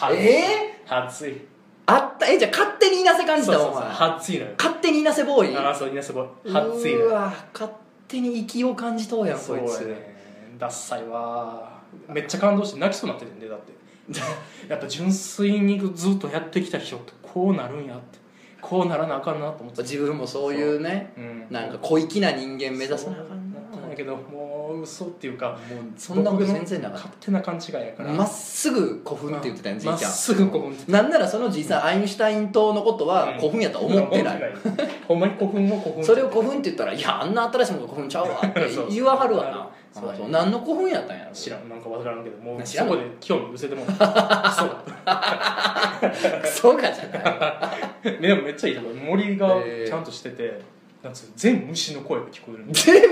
Speaker 2: 暑 い
Speaker 1: え
Speaker 2: 暑い
Speaker 1: あったえじゃあ勝手にいなせ感じ
Speaker 2: そう
Speaker 1: た
Speaker 2: そ
Speaker 1: わお
Speaker 2: うそう
Speaker 1: 前
Speaker 2: 暑いのよ
Speaker 1: 勝手にいなせボーイ
Speaker 2: ああそうみんなすごいう暑い
Speaker 1: ー
Speaker 2: のよ
Speaker 1: わ勝手に息を感じとうやんこ
Speaker 2: そう
Speaker 1: い
Speaker 2: や
Speaker 1: つ
Speaker 2: ねダッサいわめっちゃ感動して泣きそうになってるんでだって やっぱ純粋にずっとやってきた人ってこうなるんやってこうならなあかんなと思ってた
Speaker 1: 自分もそういうね
Speaker 2: うん
Speaker 1: なんか小粋な人間目指さなあかんな
Speaker 2: そうなんだけどもう嘘っていうか
Speaker 1: そんなこと全然なかった
Speaker 2: 勝手な勘違いやから
Speaker 1: まっすぐ古墳って言ってたやんじいちゃ
Speaker 2: ま
Speaker 1: ん
Speaker 2: っすぐ古墳って
Speaker 1: なんならそのじいさんアインシュタイン島のことは古墳やとは思ってない、
Speaker 2: 思ってない ほんまに古墳も古墳
Speaker 1: それを古墳って言ったら「いやあんな新しいものが古墳ちゃうわ」って
Speaker 2: そう
Speaker 1: 言わはるわな
Speaker 2: そう
Speaker 1: あそう何の古墳やったんやろ
Speaker 2: 知らんなんかわからんけどもう
Speaker 1: 知
Speaker 2: そ
Speaker 1: らん
Speaker 2: こで興味失せてもうた そう
Speaker 1: クソかじゃない
Speaker 2: でもめっちゃいいとこ森が
Speaker 1: えー
Speaker 2: ちゃんとしてて、なんつうの全虫の声が聞こえるんです
Speaker 1: 全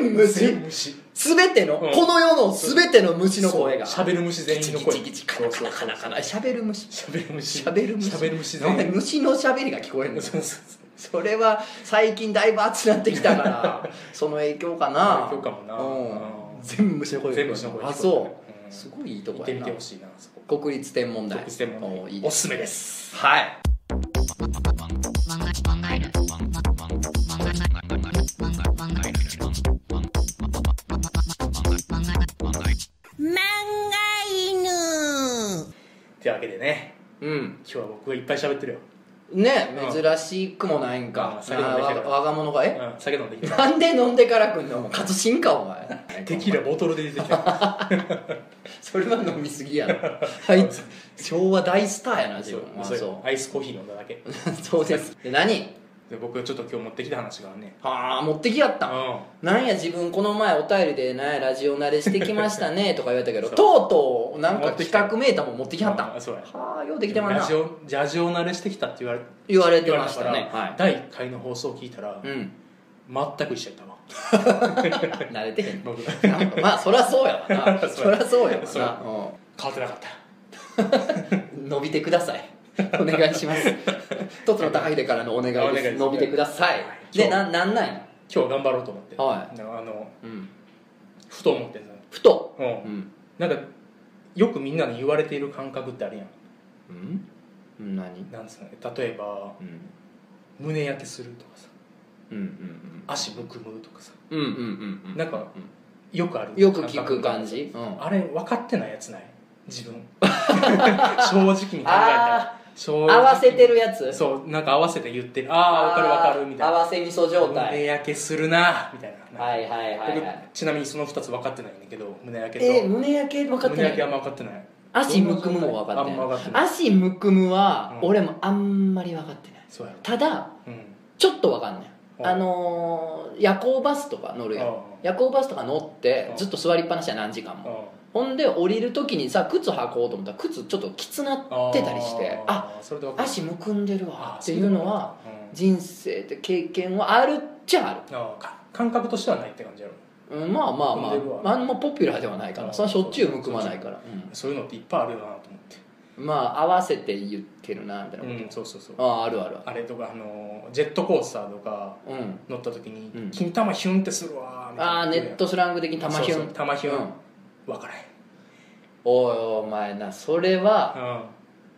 Speaker 2: 全
Speaker 1: 虫
Speaker 2: 虫
Speaker 1: 全ての、
Speaker 2: うん
Speaker 1: この世の全ての虫の声が
Speaker 2: そう喋る虫全員の声
Speaker 1: ギチギチギチカナカナカナカナ喋る虫
Speaker 2: 喋る虫
Speaker 1: 喋る虫
Speaker 2: 喋る虫
Speaker 1: お前
Speaker 2: 全員
Speaker 1: 虫の喋りが聞こえるの
Speaker 2: そうそうそ
Speaker 1: そ
Speaker 2: う
Speaker 1: れは最近だいぶ熱くなってきたからその影響かな
Speaker 2: その影響かもな
Speaker 1: うん
Speaker 2: うん
Speaker 1: 全部虫の声
Speaker 2: 全部虫の声
Speaker 1: あそううんすごいいいと
Speaker 2: 行っ
Speaker 1: こ
Speaker 2: て
Speaker 1: や
Speaker 2: み
Speaker 1: な
Speaker 2: てほしいなそこ
Speaker 1: 国立天文台
Speaker 2: 特選も
Speaker 1: おーいい
Speaker 2: お
Speaker 1: です
Speaker 2: すすめです
Speaker 1: はい
Speaker 3: 漫画犬
Speaker 2: ってわけでね
Speaker 1: うん
Speaker 2: 今日は僕がいっぱい喋ってるよ、
Speaker 1: ね
Speaker 2: うん
Speaker 1: 珍しくもないんか
Speaker 2: うん
Speaker 1: な
Speaker 2: 酒飲んできてる
Speaker 1: わわが物がえ
Speaker 2: うん、酒飲んできた
Speaker 1: なんで飲んでから来んのもう活心かお前
Speaker 2: テキーラボトルで出て きた
Speaker 1: それは飲みすぎやろあいつ昭和大スターやな自分あ
Speaker 2: そう
Speaker 1: そ
Speaker 2: アイスコーヒー飲んだだけ
Speaker 1: う そうですで何
Speaker 2: で僕ちょっと今日持ってきた話があるね
Speaker 1: ああ持ってきやったん
Speaker 2: う
Speaker 1: なんや自分この前お便りでねラジオ慣れしてきました ねとか言われたけど
Speaker 2: そう
Speaker 1: とうとうなん
Speaker 2: 持
Speaker 1: か
Speaker 2: って
Speaker 1: 企
Speaker 2: きた
Speaker 1: 画メーターも持ってきはったん
Speaker 2: あそうや
Speaker 1: はあようできてまん
Speaker 2: ラ
Speaker 1: な
Speaker 2: ジオラジオ慣れしてきたって言われ
Speaker 1: 言われて
Speaker 2: 言わ
Speaker 1: ま
Speaker 2: れ
Speaker 1: し
Speaker 2: たから
Speaker 1: たねは
Speaker 2: 第1回の放送を聞いたら
Speaker 1: いうん
Speaker 2: 全く一緒やっ たわ
Speaker 1: 慣れて へん
Speaker 2: 僕
Speaker 1: なんかまあそりゃそうやわな
Speaker 2: そ
Speaker 1: そり
Speaker 2: りゃ
Speaker 1: ゃそうや
Speaker 2: そ
Speaker 1: わ
Speaker 2: ら
Speaker 1: な、うん
Speaker 2: 変わってなかった
Speaker 1: 伸びてくださいお願いし ます一つの高秀からのお願
Speaker 2: お
Speaker 1: い
Speaker 2: 願い
Speaker 1: で
Speaker 2: です
Speaker 1: す伸びてください
Speaker 2: そう
Speaker 1: でななんなんや、
Speaker 2: 今日頑張ろうと思って、
Speaker 1: は
Speaker 2: なんかあの
Speaker 1: うん、
Speaker 2: ふと思ってんのよ
Speaker 1: ふと、
Speaker 2: う
Speaker 1: うんん
Speaker 2: なんかよくみんなに言われている感覚ってあるやん
Speaker 1: うん、何
Speaker 2: なんつうの例えば
Speaker 1: うん
Speaker 2: 胸焼けするとかさ
Speaker 1: うんうん
Speaker 2: 足むくむとかさ
Speaker 1: うんうんうんうんうん
Speaker 2: なんかよくある
Speaker 1: よく聞く感じ、うん、
Speaker 2: あれ分かってないやつない自 分
Speaker 1: あ
Speaker 2: 正直に考えたら正
Speaker 1: 合
Speaker 2: 直に
Speaker 1: わせてるやつ
Speaker 2: そうなんか合わせて言ってるああ分かる分かるみたい
Speaker 1: 合
Speaker 2: な
Speaker 1: わせ味噌状
Speaker 2: 胸
Speaker 1: 態
Speaker 2: 焼けするなみたいな
Speaker 1: はいはいはいはい
Speaker 2: 僕ちなみにその2つ分かってないんだけど胸焼けと、
Speaker 1: え胸焼け分かっ
Speaker 2: 胸
Speaker 1: てな
Speaker 2: 焼けあん
Speaker 1: い
Speaker 2: ま分かってない
Speaker 1: 足むくむも分かって
Speaker 2: あんま分かって
Speaker 1: な
Speaker 2: な
Speaker 1: いい足むくむは
Speaker 2: うん
Speaker 1: 俺もあんまり分かってない
Speaker 2: そうやろ
Speaker 1: ただ
Speaker 2: うん
Speaker 1: ちょっと分かんない
Speaker 2: うん
Speaker 1: あのー夜行バスとか乗るや
Speaker 2: うん
Speaker 1: ん夜行バスとか乗って
Speaker 2: うん
Speaker 1: ずっと座りっぱなしや何時間
Speaker 2: あ
Speaker 1: もほんで降りる時にさ靴履こうと思ったら靴ちょっときつな
Speaker 2: ー
Speaker 1: ってたりしてあ
Speaker 2: ーそれで分かる
Speaker 1: 足むくんでるわ
Speaker 2: あー
Speaker 1: っていうのは
Speaker 2: それで分かる
Speaker 1: 人生って経験はあるっちゃある
Speaker 2: うんあーか感覚としてはないって感じやろ
Speaker 1: うん、まあまあま
Speaker 2: むくんでるわ
Speaker 1: ああんまポピュラーではないか
Speaker 2: う
Speaker 1: ら
Speaker 2: ん
Speaker 1: それはしょっちゅうむくまないから、
Speaker 2: そういうのっていっぱいあるよなと思って
Speaker 1: うんまあ合わせて言ってるなみたいな、
Speaker 2: うんそうそうそう
Speaker 1: あああるあるあ
Speaker 2: あれとかあのージェットコースターとか
Speaker 1: るうん
Speaker 2: 乗った時に
Speaker 1: うん
Speaker 2: 「金玉ヒュンってするわ」みたいな
Speaker 1: ああネットスラング的に玉ひゅ
Speaker 2: そうそ
Speaker 1: ん
Speaker 2: う玉ひゅん
Speaker 1: うん
Speaker 2: 分からへん
Speaker 1: おいお前なそれは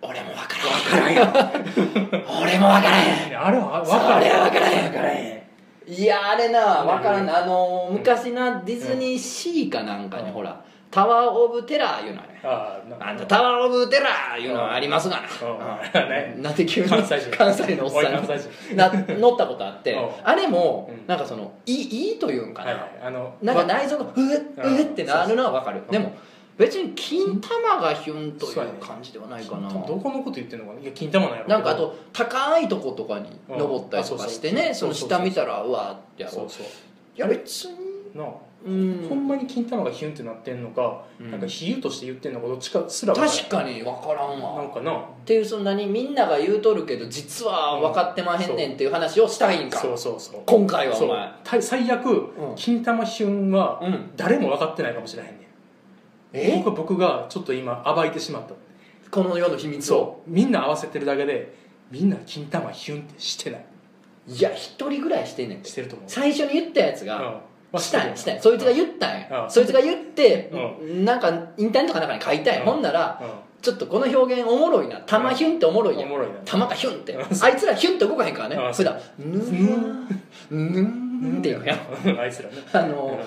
Speaker 2: う
Speaker 1: 俺も分から へん分からへん俺も分からへん
Speaker 2: んあれは分
Speaker 1: そ
Speaker 2: から
Speaker 1: れは分か
Speaker 2: へん
Speaker 1: らへん分からへんいやあれな分からんあのー
Speaker 2: うん
Speaker 1: 昔なディズニーシーかなんかに、
Speaker 2: うん
Speaker 1: ほらタワー・オブ・テラーいうのある
Speaker 2: あーなんか
Speaker 1: あんたタワー・オブ・テラーいうのありますがな、
Speaker 2: うん ね
Speaker 1: なんて急に
Speaker 2: 関西人
Speaker 1: 関西のおっさん
Speaker 2: おい関西
Speaker 1: な乗ったことあって
Speaker 2: うん
Speaker 1: あれも
Speaker 2: うん
Speaker 1: なんかそのいいいいというんか
Speaker 2: はい
Speaker 1: な、
Speaker 2: はいあの
Speaker 1: なんか
Speaker 2: わ
Speaker 1: 内臓がうえ
Speaker 2: うん
Speaker 1: うえってなるのはわかる
Speaker 2: そうそう
Speaker 1: でも別に金玉がヒュンとい
Speaker 2: そうやね
Speaker 1: う感じではないかな
Speaker 2: どこのこと言ってんのかないや金玉なんやろうけど
Speaker 1: なんかあと高いとことかに登ったりとかして
Speaker 2: うん
Speaker 1: ね
Speaker 2: あ
Speaker 1: そ
Speaker 2: そう
Speaker 1: の
Speaker 2: そう
Speaker 1: 下見たらうわーってやろ
Speaker 2: そううそう
Speaker 1: いや別に
Speaker 2: なあ
Speaker 1: うん
Speaker 2: ほんまに金玉がヒュンってなってんのか、
Speaker 1: うん
Speaker 2: なんか比喩として言ってんのかどっちかすら分らん
Speaker 1: 確かにわからんわ
Speaker 2: な
Speaker 1: っ
Speaker 2: んかな
Speaker 1: ていうそんなにみんなが言うとるけど実は分かってまへんねんっていう話をしたいんか
Speaker 2: そうそうそう
Speaker 1: 今回は
Speaker 2: そ
Speaker 1: お
Speaker 2: う
Speaker 1: 前
Speaker 2: た最悪、
Speaker 1: ん
Speaker 2: 金玉ヒュンは
Speaker 1: うん
Speaker 2: 誰も分かってないかもしれへんねん、
Speaker 1: え
Speaker 2: 僕僕がちょっと今暴いてしまった
Speaker 1: この世の秘密を
Speaker 2: そうみんな合わせてるだけでみんな金玉ヒュンってしてない
Speaker 1: いや一人ぐらいしてんねんて
Speaker 2: してると思う
Speaker 1: 最初に言ったやつが、
Speaker 2: う忘れて
Speaker 1: したんやしたんやそいつが言ったんや
Speaker 2: あ
Speaker 1: そいつが言って、
Speaker 2: う
Speaker 1: なんかインターネットかなんかに書いたんや、
Speaker 2: うん
Speaker 1: ほんならちょっとこの表現おもろいな玉ヒュンっておもろいやん
Speaker 2: おもろいな
Speaker 1: 玉がヒュンって
Speaker 2: うん
Speaker 1: あいつらヒュンって動かへんからね
Speaker 2: うん
Speaker 1: それだぬーぬーんって言うんや
Speaker 2: うんあいつらね
Speaker 1: あの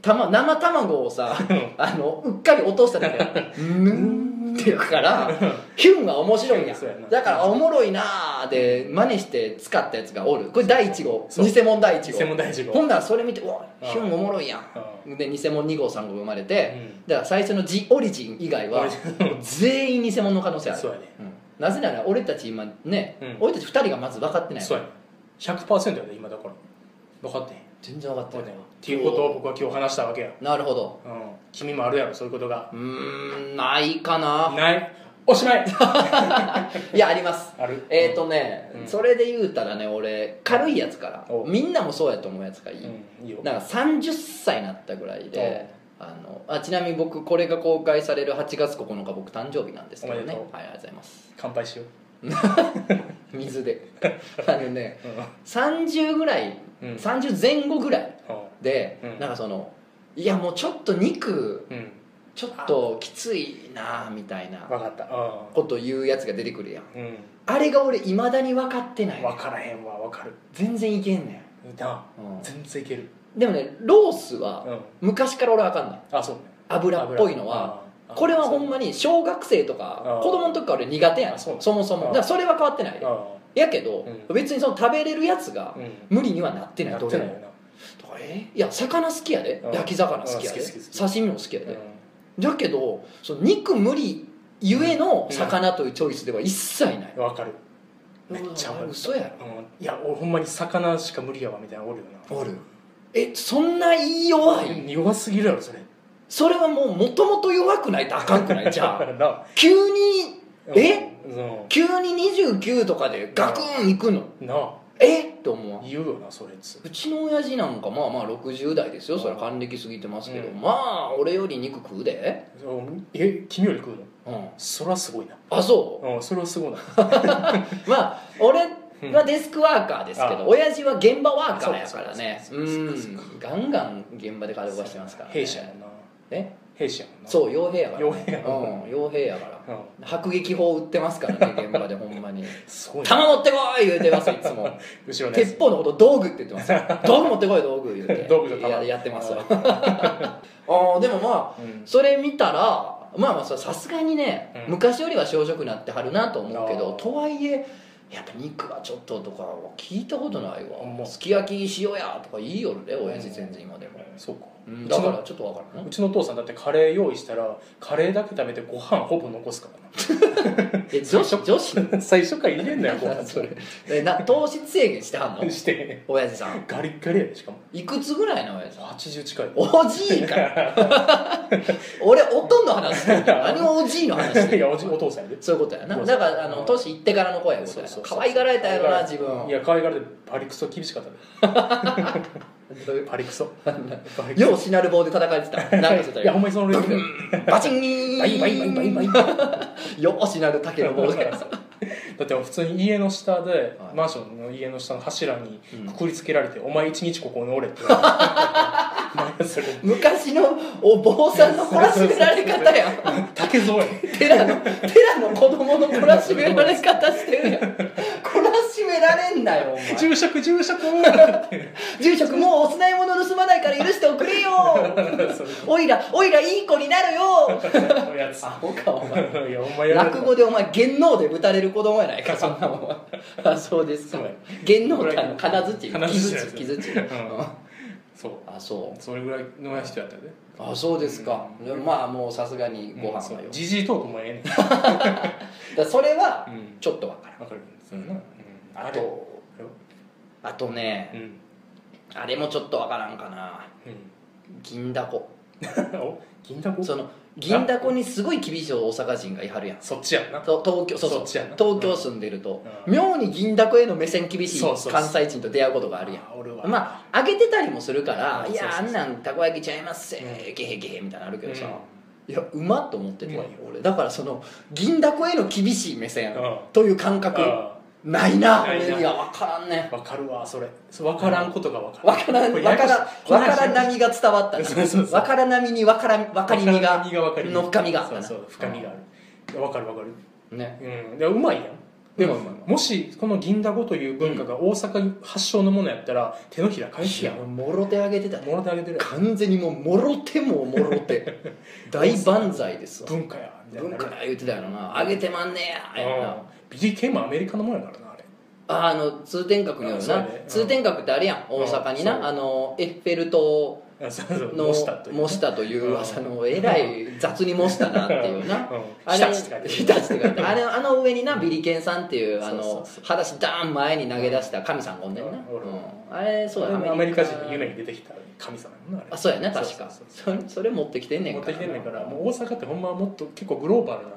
Speaker 1: 玉生卵をさ
Speaker 2: うん
Speaker 1: あのうっかり落としたらね「ぬーん」って言うからヒュンは面白いんや
Speaker 2: そうやな
Speaker 1: だから「おもろいなー」で真似して使ったやつがおるこれ第1号
Speaker 2: そう
Speaker 1: 偽物第1号
Speaker 2: 偽物第一号
Speaker 1: ほんならそれ見て「うわ
Speaker 2: うん
Speaker 1: ヒュンおもろいやん」で偽物2号3号生まれて
Speaker 2: うん
Speaker 1: だから最初の「ジ・オリジン」以外は
Speaker 2: オリジン
Speaker 1: 全員偽物の可能性ある
Speaker 2: そうやね
Speaker 1: うんなぜなら俺たち今ね
Speaker 2: うん
Speaker 1: 俺たち2人がまず分かってない
Speaker 2: そうやね100%やで今だから分かってへん
Speaker 1: 全然分かって
Speaker 2: 分か
Speaker 1: な
Speaker 2: っ
Speaker 1: い
Speaker 2: てへんっていうことを僕は今日話したわけや
Speaker 1: なるほど
Speaker 2: うん君もあるやろそういうことが
Speaker 1: うーんないかな
Speaker 2: ないおしま
Speaker 1: い
Speaker 2: い
Speaker 1: やあります
Speaker 2: ある
Speaker 1: えーとね、
Speaker 2: うん
Speaker 1: それで言うたらね俺軽いやつから
Speaker 2: お
Speaker 1: みんなもそうやと思うやつがいい、
Speaker 2: うんいいよ
Speaker 1: なんか30歳になったぐらいであのあちなみに僕これが公開される8月9日僕誕生日なんですけど
Speaker 2: おめで
Speaker 1: ね
Speaker 2: とう
Speaker 1: はいありがとうございます
Speaker 2: 乾杯しよう
Speaker 1: 水で あのね
Speaker 2: うん
Speaker 1: 30ぐらい、
Speaker 2: うん
Speaker 1: 30前後ぐらいで、
Speaker 2: うん
Speaker 1: なんかそのいやもうちょっと肉
Speaker 2: うん
Speaker 1: ちょっときついなみたいな
Speaker 2: 分かったう
Speaker 1: こと言うやつが出てくるやん
Speaker 2: んうん
Speaker 1: あれが俺いまだに分かってない
Speaker 2: 分からへんわ分かる
Speaker 1: 全然いけんねん
Speaker 2: な
Speaker 1: うん
Speaker 2: 全然いける
Speaker 1: でもねロースは
Speaker 2: うん
Speaker 1: 昔から俺わかんない
Speaker 2: あそうね
Speaker 1: 油っぽいのは
Speaker 2: 油
Speaker 1: これはほんま
Speaker 2: に
Speaker 1: に小学生とか
Speaker 2: あ
Speaker 1: 子供の時から俺苦手やん
Speaker 2: あそう
Speaker 1: そ
Speaker 2: なん
Speaker 1: もそも
Speaker 2: あ
Speaker 1: だからそれは変わってないでやけど
Speaker 2: うん
Speaker 1: 別にその食べれるやつが無理にはなってない
Speaker 2: や
Speaker 1: ど
Speaker 2: っ
Speaker 1: れ
Speaker 2: て
Speaker 1: も
Speaker 2: ないよな
Speaker 1: だからえいや魚好きやで
Speaker 2: うん
Speaker 1: 焼き魚好きやで
Speaker 2: うん好き好き好
Speaker 1: 刺身も好きや
Speaker 2: うん
Speaker 1: でだけどその肉無理ゆえの魚というチョイスでは一切ない
Speaker 2: わかるめっちゃわか
Speaker 1: うわ
Speaker 2: る
Speaker 1: 嘘や
Speaker 2: うんいや俺ほんまに魚しか無理やわみたいなのおるよ
Speaker 1: ろおるえそんな言い弱
Speaker 2: ない弱すぎるやろそれ
Speaker 1: それはもうもともと弱くないとあかんくないじゃ あ
Speaker 2: な
Speaker 1: 急にえ
Speaker 2: うん
Speaker 1: 急に29とかでガクンいくの
Speaker 2: なあ
Speaker 1: えっと思わん
Speaker 2: 言うよなそれっつ
Speaker 1: うちの親父なんかまあまあ60代ですよそれは還暦過ぎてますけど、
Speaker 2: うん
Speaker 1: まあ俺より肉食うで
Speaker 2: うんえ君より食うの
Speaker 1: うん
Speaker 2: そらすごいな
Speaker 1: あそ
Speaker 2: うんそれはすごいな
Speaker 1: うまあ俺はデスクワーカーですけ
Speaker 2: うん
Speaker 1: ど
Speaker 2: あ
Speaker 1: 親父は現場ワーカーやからね
Speaker 2: そううかそうかそうん
Speaker 1: ガンガン現場で体動かしてますから、ね、
Speaker 2: 兵士やもんな
Speaker 1: え
Speaker 2: 兵士やもんな
Speaker 1: そう傭兵やから、ね、
Speaker 2: 傭兵やもん
Speaker 1: うん傭兵やから
Speaker 2: うん
Speaker 1: 迫撃砲撃ってますからね現場でほんまに
Speaker 2: すごいな
Speaker 1: 弾持ってこい言うてますいつ も
Speaker 2: 後ろのやつ
Speaker 1: 鉄砲のこと道具って言って ますよ道具持ってこい道具言うて
Speaker 2: 道具の弾
Speaker 1: ややってますわ
Speaker 2: うん
Speaker 1: あーでもまあ
Speaker 2: うん
Speaker 1: それ見たらまあまあささすがにね、
Speaker 2: うん
Speaker 1: 昔よりは小食なってはるなと思うけど
Speaker 2: あー
Speaker 1: とはいえやっぱ肉はちょっととかは聞いたことないわ、
Speaker 2: ほんます
Speaker 1: き焼きしようやとか言いよるで親父全然今でも、
Speaker 2: そうか
Speaker 1: う、
Speaker 2: うんち
Speaker 1: だか
Speaker 2: の
Speaker 1: らちょっとわからん
Speaker 2: うちのお父さんだってカレー用意したらカレーだけ食べてご飯ほぼ残すか
Speaker 1: え女子女子
Speaker 2: らな 最初から入れんだよご
Speaker 1: な
Speaker 2: 飯
Speaker 1: それえな糖質制限してはん の
Speaker 2: して
Speaker 1: 親父さん
Speaker 2: ガリッガリやでしかも
Speaker 1: いくつぐらいの親父さん
Speaker 2: 80近い
Speaker 1: おじいかよ俺おとんの話してるけど何をおじいの話してる
Speaker 2: いやおじお父さんやで
Speaker 1: そういうことやな
Speaker 2: そうそう
Speaker 1: だからあの年いってからの子やことや
Speaker 2: そうそうそう
Speaker 1: 可愛がられたやろな自分
Speaker 2: いや可愛がられてパリクソ厳しかったで
Speaker 1: どういう
Speaker 2: パリクソパリクソ
Speaker 1: ようしなる棒で叩かれてた なんかしてた
Speaker 2: いや
Speaker 1: よ
Speaker 2: ほんまにそのレベルだよ
Speaker 1: バチンー
Speaker 2: バイバイバイバイバイ
Speaker 1: ようしなる竹の棒で
Speaker 2: だって普通に家の下で、
Speaker 1: はい
Speaker 2: マンションの家の下の柱に
Speaker 1: うん
Speaker 2: くくりつけられて「お前一日ここにおれ」って言われて毎朝こ
Speaker 1: 昔のお坊さんの懲らしめられ方やん
Speaker 2: う竹添え
Speaker 1: 寺の寺の子供の懲らしめられ方してるやん懲らしめられんなよお 前
Speaker 2: 住職住職
Speaker 1: 住職もうお供え物盗まないから許しておくれよおいらおいらいい子になるよ
Speaker 2: おやつ
Speaker 1: アホかお前
Speaker 2: いやお前やられた
Speaker 1: 落語でお前芸能でぶたれる子供やないかそんなもんはあそうですか
Speaker 2: そうや
Speaker 1: 芸能ってあの金槌
Speaker 2: 金
Speaker 1: 木
Speaker 2: 槌のや
Speaker 1: 槌
Speaker 2: つ
Speaker 1: 木槌
Speaker 2: うん
Speaker 1: うん
Speaker 2: そう
Speaker 1: あそう
Speaker 2: それぐらいの人やったよね
Speaker 1: あそうですか、でもまあもうさすがにご飯はよ、
Speaker 2: じじいトークもええねん
Speaker 1: だそれは
Speaker 2: うん
Speaker 1: ちょっとわからん、
Speaker 2: わかるそうやなうん
Speaker 1: あ
Speaker 2: あれ
Speaker 1: とあとね
Speaker 2: う、ん
Speaker 1: あれもちょっとわからんかな銀だこ
Speaker 2: うん お銀だこ
Speaker 1: その銀だこにすごい厳しい大阪人がいはるやん
Speaker 2: そっちやんな
Speaker 1: と東京そうそう
Speaker 2: そっちやな
Speaker 1: 東京住んでると、
Speaker 2: うん
Speaker 1: 妙に銀だこへの目線厳し
Speaker 2: そうそ
Speaker 1: い
Speaker 2: うそ
Speaker 1: う関西人と出会うことがあるやん
Speaker 2: あ俺は
Speaker 1: まあ揚げてたりもするから「
Speaker 2: うん
Speaker 1: いやあん
Speaker 2: そうそうそう
Speaker 1: なんたこ焼きちゃいますせ、
Speaker 2: う
Speaker 1: ゲヘゲヘ」みたいなのあるけどさ、
Speaker 2: う
Speaker 1: いやうまっと思ってて、
Speaker 2: うまいよ
Speaker 1: 俺だからその銀だこへの厳しい目線
Speaker 2: うん
Speaker 1: という感覚
Speaker 2: んあ
Speaker 1: ないな
Speaker 2: ないな
Speaker 1: 俺には分からんね
Speaker 2: わかるわそれそうわからんことがわかる
Speaker 1: 分からん
Speaker 2: こ
Speaker 1: 分
Speaker 2: れ
Speaker 1: か
Speaker 2: ややこしい
Speaker 1: らん分からん波が伝わったね
Speaker 2: そうそうそう
Speaker 1: 分からん波に分からん分かりみが
Speaker 2: 分かりみ
Speaker 1: の深みがあったな
Speaker 2: そうそう深みがあるわかるわかる
Speaker 1: ね
Speaker 2: うんでうまいやんでも、
Speaker 1: うんうんうん
Speaker 2: もしこの銀だごという文化が大阪発祥のものやったら手のひら返
Speaker 1: い
Speaker 2: すや
Speaker 1: や
Speaker 2: ん
Speaker 1: もろ手あげてたね
Speaker 2: もらってあげてるやん
Speaker 1: 完全にもうもろ手ももろ手 大万歳ですわ
Speaker 2: 文化やみたいに
Speaker 1: 文
Speaker 2: なる
Speaker 1: 化や言ってたやろなあげてまんねえややな
Speaker 2: うん BDK もアメリカのものやからなあれ
Speaker 1: ああの通天閣にあ
Speaker 2: あ
Speaker 1: る
Speaker 2: そう
Speaker 1: な、
Speaker 2: やねうん
Speaker 1: 通天閣ってあれやん大阪にな、
Speaker 2: うんそう
Speaker 1: あのエッフェル塔
Speaker 2: あ そうそう
Speaker 1: の
Speaker 2: 模したという
Speaker 1: 模したという
Speaker 2: うん
Speaker 1: 噂のえらい雑に模したなっていうな
Speaker 2: うん
Speaker 1: あれ
Speaker 2: 日立って書いてある
Speaker 1: 日立って書いてあるあれあの上になビリケンさんっていうあ
Speaker 2: そうそ
Speaker 1: の
Speaker 2: うそう
Speaker 1: 裸足ダーン前に投げ出した神さんがおんねんな、
Speaker 2: うんおる
Speaker 1: うんあれそうや
Speaker 2: アメリカ人の夢に出てきた神様やもんなあれ
Speaker 1: あそうやな確か
Speaker 2: そうそうそう
Speaker 1: それそれ持ってきてんねん
Speaker 2: 持っ
Speaker 1: から
Speaker 2: てきてんねんからもう大阪ってほんまはもっと結構グローバルな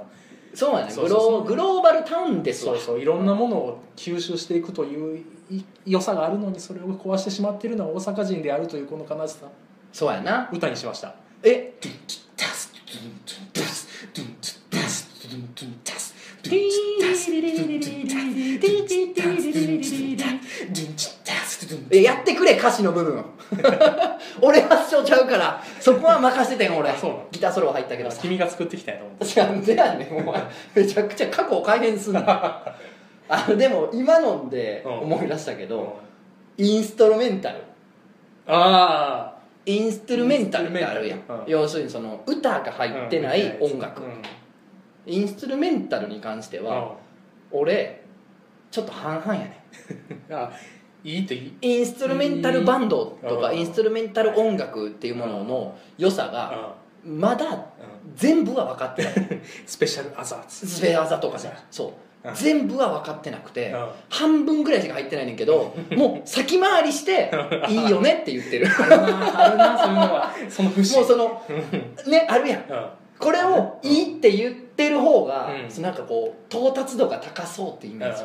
Speaker 1: そうやね
Speaker 2: そうそうそう
Speaker 1: グローグローバルタウンです
Speaker 2: そ
Speaker 1: わ
Speaker 2: うそういろんなものを吸収していくというい良さがあるのにそれを壊してしまっているのは大阪人であるというこの悲しさ
Speaker 1: そうやな
Speaker 2: 歌にしました
Speaker 1: え
Speaker 2: 「ドゥンドゥンダスドゥンドゥンダスドゥンドゥンダスドゥンドゥンダスドゥンドゥンダスドゥンドゥンダスドゥンドゥンダスドゥンドゥンダスドゥンドゥ
Speaker 1: え
Speaker 2: ンダスドゥンドゥンダスドゥンドゥンダスドゥンドゥンダスドゥンドゥンダスドゥンドゥンダスドゥンドゥンダスドゥンドゥンダスドゥンドゥンダス
Speaker 1: やってくれ歌詞の部分を 俺発祥ちゃうからそこは任せてん俺
Speaker 2: あそうなの
Speaker 1: ギターソロ入ったけど
Speaker 2: ドゥン君が作ってきたんやと思って
Speaker 1: なんでやねんお前めちゃくちゃ過去を改変すんの あのでも今のんで
Speaker 2: うん
Speaker 1: 思い出したけど、インストルメンタル
Speaker 2: ああ
Speaker 1: インストルメンタルってあるやん
Speaker 2: インストゥルメンタルうん
Speaker 1: 要するにその歌が入ってない音楽、インストゥルメンタルに関しては、俺ちょっと半々やね
Speaker 2: あいいっていい
Speaker 1: んインストゥルメンタルバンドとか
Speaker 2: うん
Speaker 1: インストゥルメンタル音楽っていうものの良さがまだ
Speaker 2: うん
Speaker 1: 全部は分かって ない
Speaker 2: スペシャルアザーズ
Speaker 1: スペアザとかさそう
Speaker 2: うん
Speaker 1: 全部は分かってなくて
Speaker 2: うん
Speaker 1: 半分ぐらいしか入ってないねんけどもう先回りしていいよねって言ってる
Speaker 2: あるなあるなそういうのはその節
Speaker 1: もうそのねあるやん
Speaker 2: うん
Speaker 1: これをいいって言ってる方が
Speaker 2: うん
Speaker 1: なんかこう到達度が高そうってイメージ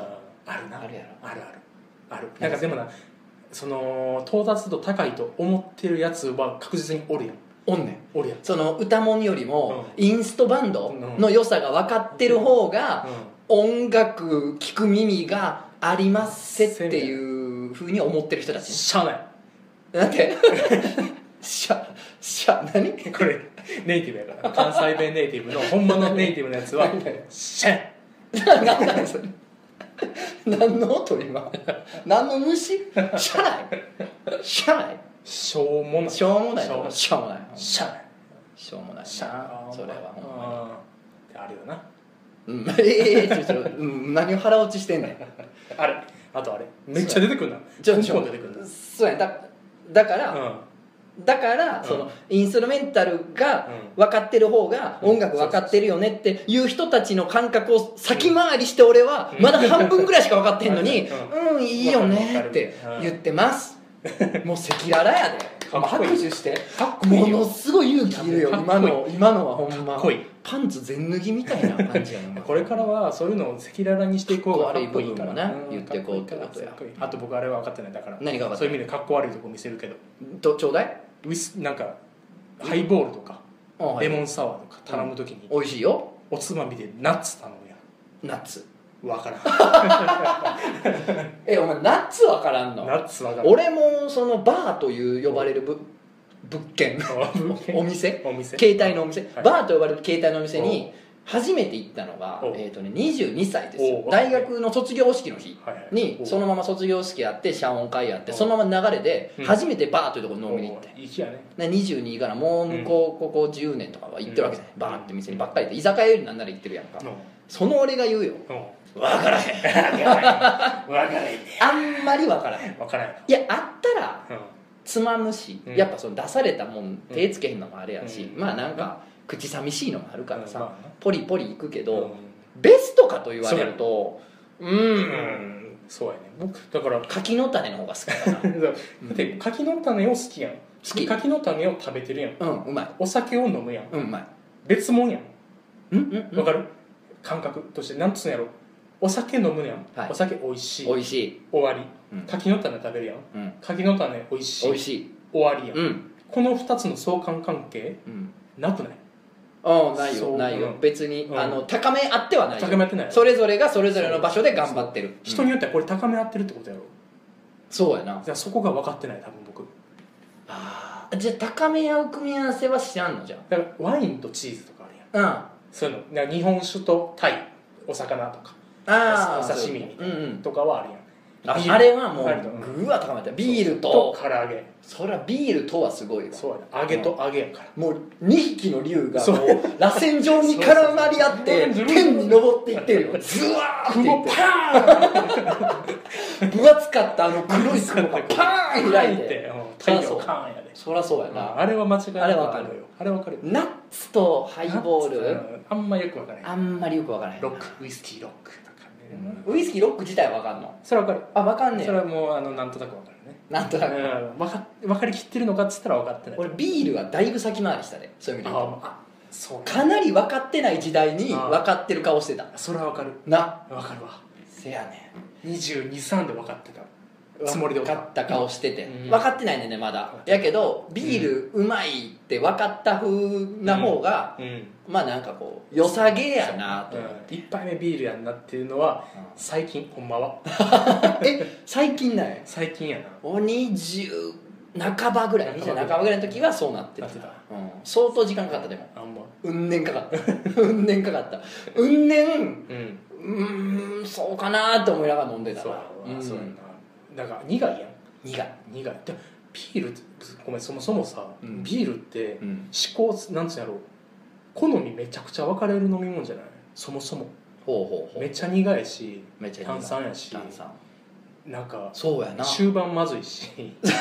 Speaker 2: あるな
Speaker 1: あるや
Speaker 2: あるあるあるなんかでもなその到達度高いと思ってるやつは確実におるやん
Speaker 1: おんねん
Speaker 2: おるやん
Speaker 1: その歌もんよりも
Speaker 2: う
Speaker 1: インストバンドの良さが分かってる方が音楽聴く耳がありますせっていうふうに思ってる人たち
Speaker 2: しゃあな
Speaker 1: なんてしゃしゃ何
Speaker 2: いこれネイティブや から関西弁ネイティブのほんまのネイティブのやつはしゃあない
Speaker 1: 何なんそれ何の音今何の虫しゃないしゃない
Speaker 2: しょうもない
Speaker 1: しょうもない
Speaker 2: しょうもない
Speaker 1: しょうもない
Speaker 2: しゃあない
Speaker 1: しょうもないな
Speaker 2: しゃあない
Speaker 1: それはほんまに
Speaker 2: うんあるよな
Speaker 1: うん、ええちょちょ、うん、何を腹落ちしてんねん
Speaker 2: あれあとあれめっちゃ出てくるな
Speaker 1: ちょ
Speaker 2: ポン
Speaker 1: ちょ
Speaker 2: ポン出てくる
Speaker 1: そうやんだだか
Speaker 2: な
Speaker 1: ら、
Speaker 2: うん
Speaker 1: だから、
Speaker 2: うん
Speaker 1: そのインストルメンタルが分かってる方が
Speaker 2: うん
Speaker 1: 音楽分かってるよねっていう人たちの感覚を先回りして俺はまだ半分ぐらいしか分かってんのに「
Speaker 2: う
Speaker 1: うんいいよね」って言って ますもう赤裸々やで
Speaker 2: かっこいい
Speaker 1: 拍手して
Speaker 2: かっこい
Speaker 1: も
Speaker 2: いよ
Speaker 1: のすごい勇気いるよ
Speaker 2: かっこい
Speaker 1: 今
Speaker 2: い
Speaker 1: の今のはほん
Speaker 2: か
Speaker 1: ま
Speaker 2: っこいい
Speaker 1: パンツ全脱ぎみたいな感じやな
Speaker 2: これからはそういうのを赤裸々にしていこうが
Speaker 1: かっこ悪い
Speaker 2: かっこいいから
Speaker 1: 部分もね
Speaker 2: うん
Speaker 1: 言っていこうってことや
Speaker 2: かっこいいあと僕あれは分かってないだから
Speaker 1: 何が分かって
Speaker 2: そう
Speaker 1: ない
Speaker 2: いう意味でかっこ悪いとこ見せるけど
Speaker 1: とちょうだい
Speaker 2: ウィスなんかハイボールとか
Speaker 1: あはい
Speaker 2: レモンサワーとか頼むときに
Speaker 1: 美味しいよ
Speaker 2: おつまみでナッツ頼むやん
Speaker 1: ナッツ
Speaker 2: 分 からん
Speaker 1: えお前ナッツ分からんの
Speaker 2: ナッツ分からん
Speaker 1: 俺もそのバーという呼ばれるぶ物件お
Speaker 2: お
Speaker 1: 店
Speaker 2: お店
Speaker 1: 携帯のお店、
Speaker 2: はい
Speaker 1: バーと呼ばれる携帯のお店に初めて行ったのが
Speaker 2: お、う
Speaker 1: えーとね、22歳ですよ
Speaker 2: おう
Speaker 1: 大学の卒業式の日
Speaker 2: はいはい
Speaker 1: に
Speaker 2: おう
Speaker 1: そのまま卒業式やって謝恩会やって
Speaker 2: おう
Speaker 1: そのまま流れで
Speaker 2: うん
Speaker 1: 初めてバーというところ飲みに行って
Speaker 2: おきやね
Speaker 1: で22からもう向こうここ10年とかは行ってるわけじゃない
Speaker 2: うん
Speaker 1: バーって店にばっかりで居酒屋よりなんなら行ってるやんか
Speaker 2: うん
Speaker 1: その俺が言うよ
Speaker 2: う
Speaker 1: 分
Speaker 2: ん
Speaker 1: からへん
Speaker 2: 分からん分からん
Speaker 1: あんまり分からへん
Speaker 2: 分からん
Speaker 1: いやあったら
Speaker 2: うん
Speaker 1: つまむし、
Speaker 2: うん
Speaker 1: やっぱその出されたもん手つけへんのもあれやし、
Speaker 2: うん
Speaker 1: まあなんか口寂しいのもあるからさ、
Speaker 2: うんまあね
Speaker 1: ポリポリいくけど、
Speaker 2: う
Speaker 1: ベストかと言われるとうー
Speaker 2: ん
Speaker 1: ん
Speaker 2: うんそうやね僕だから
Speaker 1: 柿の種の方が好き か
Speaker 2: だって柿の種を好きやん好
Speaker 1: き
Speaker 2: 柿の種を食べてるやん
Speaker 1: なうんうまい
Speaker 2: お酒を飲むやん
Speaker 1: うんうまい
Speaker 2: 別物やん
Speaker 1: うんうんうん
Speaker 2: わかる感覚としてなんつうんやろお酒飲むやん、
Speaker 1: はい
Speaker 2: お酒おいしい
Speaker 1: 美味しい、
Speaker 2: 終わり
Speaker 1: うん
Speaker 2: 柿の種食べるやん
Speaker 1: うん、
Speaker 2: 柿の種おいし
Speaker 1: 美
Speaker 2: い
Speaker 1: 味しい
Speaker 2: 終わりやん、
Speaker 1: うん
Speaker 2: この2つの相関関係
Speaker 1: うん
Speaker 2: なくない
Speaker 1: うんない
Speaker 2: そ
Speaker 1: よ
Speaker 2: う
Speaker 1: ないよ
Speaker 2: うん
Speaker 1: 別に、
Speaker 2: うん
Speaker 1: あの高め合ってはないよ
Speaker 2: 高め合ってない
Speaker 1: それぞれがそれぞれの場所で頑張ってる
Speaker 2: 人
Speaker 1: うん
Speaker 2: によってはこれ高め合ってるってことやろ
Speaker 1: そうやな
Speaker 2: じゃあそこが分かってない多分僕
Speaker 1: あーじゃあ高め合う組み合わせは知らんのじゃ
Speaker 2: だからワインとチーズとかあるやん
Speaker 1: うんあ
Speaker 2: そういうのなんか日本酒とタイお魚とか
Speaker 1: あ
Speaker 2: お刺身みた
Speaker 1: う
Speaker 2: い
Speaker 1: ん
Speaker 2: な
Speaker 1: うん
Speaker 2: とかはあるやん
Speaker 1: あ
Speaker 2: ビール
Speaker 1: あれはも
Speaker 2: あるとうん
Speaker 1: うぐわ高めたビール
Speaker 2: と
Speaker 1: と
Speaker 2: 唐揚げ
Speaker 1: そりゃビールとはすごいわ
Speaker 2: そうやな揚げと揚げやから
Speaker 1: もう2匹の竜が
Speaker 2: そう
Speaker 1: もう螺旋状に絡まり合 って
Speaker 2: そうそうそう
Speaker 1: 天に登っていってるよズワーってい
Speaker 2: 雲
Speaker 1: っ
Speaker 2: パ
Speaker 1: て
Speaker 2: ーン
Speaker 1: 分厚かったあの 黒い雲がパーン開いて
Speaker 2: うん太陽カーンやで
Speaker 1: そりゃそうや
Speaker 2: あ
Speaker 1: な
Speaker 2: あれは間違いな
Speaker 1: あれ
Speaker 2: く
Speaker 1: わか
Speaker 2: あ
Speaker 1: る
Speaker 2: るよあれ分かる
Speaker 1: ナッツとハイボー
Speaker 2: う
Speaker 1: ル
Speaker 2: んあんまよく分からない
Speaker 1: あんまりよくわからへん
Speaker 2: ロックウイスキーロックとかね
Speaker 1: ウイスキーロック自体わかんの
Speaker 2: それは分か
Speaker 1: あわかん
Speaker 2: る
Speaker 1: ね
Speaker 2: それ
Speaker 1: え
Speaker 2: はもうあのなんとなく分かるね
Speaker 1: なんとなく
Speaker 2: うん分か分かりきってるのかっつったら分かってない
Speaker 1: 俺ビールはだいぶ先回りしたでそういう意味で言うと
Speaker 2: あそう
Speaker 1: かなり分かってない時代に
Speaker 2: あー
Speaker 1: 分かってる顔してた
Speaker 2: それは分かる
Speaker 1: な
Speaker 2: 分かるわ
Speaker 1: せやね
Speaker 2: 223で分かってた
Speaker 1: ん
Speaker 2: つもりで
Speaker 1: 分かった顔してて、
Speaker 2: うん
Speaker 1: 分かってないねんねまだやけどビールうまいって分かった風な方が、
Speaker 2: うん、うん、
Speaker 1: まあなんかこう良さげやなと思って、
Speaker 2: 1杯目ビールやんなっていうのは
Speaker 1: うん
Speaker 2: 最近ほんまは
Speaker 1: え最近ない
Speaker 2: 最近やな
Speaker 1: お20半ばぐらい20半ばぐらいの時はそうなってた
Speaker 2: なってた
Speaker 1: うん、相当時間かかったでも
Speaker 2: あんま
Speaker 1: うん年かかった うん年かかったうん年
Speaker 2: うん
Speaker 1: うーんそうかなと思いながら飲んでた
Speaker 2: そうや
Speaker 1: わ
Speaker 2: な、
Speaker 1: ん、
Speaker 2: そうやなだから苦いやん
Speaker 1: 苦い
Speaker 2: 苦いでビールごめんそもそもさ、
Speaker 1: うん
Speaker 2: ビールって
Speaker 1: うん
Speaker 2: 思考なんつうんやろう好みめちゃくちゃ分かれる飲み物じゃないそもそも
Speaker 1: ほうほうほう
Speaker 2: めっちゃ苦いし
Speaker 1: めっちゃ苦い
Speaker 2: 炭酸やし
Speaker 1: 炭酸
Speaker 2: なんか
Speaker 1: そうやな
Speaker 2: 終盤まずいし
Speaker 1: 言っ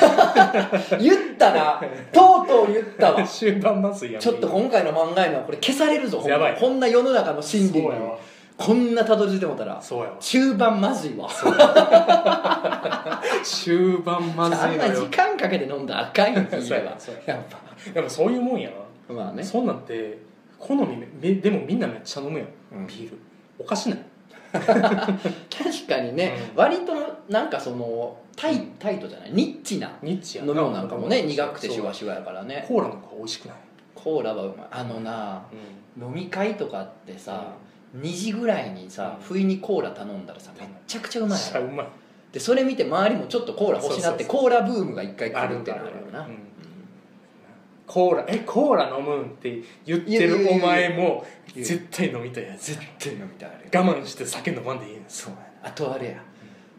Speaker 1: た なとうとう言ったわ
Speaker 2: 終盤まずいやん
Speaker 1: ちょっと今回の漫画のはこれ消されるぞほんま
Speaker 2: やばい
Speaker 1: こんな世の中の真理
Speaker 2: そう
Speaker 1: に
Speaker 2: やわ
Speaker 1: こんなたどり着いてもたら
Speaker 2: そうやわ
Speaker 1: 中盤まずいわ
Speaker 2: 終盤ま
Speaker 1: あ
Speaker 2: ず
Speaker 1: ん
Speaker 2: い
Speaker 1: な
Speaker 2: の
Speaker 1: 時
Speaker 2: よ
Speaker 1: 間かけて飲んだらあかんよビー
Speaker 2: そう
Speaker 1: ル
Speaker 2: や
Speaker 1: は
Speaker 2: なそう
Speaker 1: やっぱ
Speaker 2: でもそういうもんやな、
Speaker 1: まあね
Speaker 2: そんなんて好みめめでもみんなめっちゃ飲むやん、
Speaker 1: うん
Speaker 2: ビールおかしない
Speaker 1: 確かにね、
Speaker 2: うん
Speaker 1: 割となんかそのタイ
Speaker 2: うん
Speaker 1: タイトじゃないニッチな
Speaker 2: ニッチや
Speaker 1: 飲み物なんかもね
Speaker 2: そう
Speaker 1: 苦くてシュワシュワやからね
Speaker 2: コーラの方が美味しくない、
Speaker 1: コーラはうまいあのな飲み会とかってさ、2時ぐらいにさ
Speaker 2: うん
Speaker 1: 不意にコーラ頼んだらさめっちゃくちゃうまいや
Speaker 2: しゃ
Speaker 1: ろ
Speaker 2: うまい
Speaker 1: でそれ見て周りもちょっとコーラ欲しなって
Speaker 2: そうそうそう
Speaker 1: コーラブームが一回来るっていうのあるよ
Speaker 2: あ
Speaker 1: な
Speaker 2: るあるコーラえコーラ飲むんって言って
Speaker 1: 言う
Speaker 2: る
Speaker 1: 言
Speaker 2: お
Speaker 1: う
Speaker 2: 前も
Speaker 1: 言う
Speaker 2: 絶対飲みたいやん絶対
Speaker 1: 飲みたいな
Speaker 2: 我慢して酒飲まんでいいやんそう
Speaker 1: あとあれや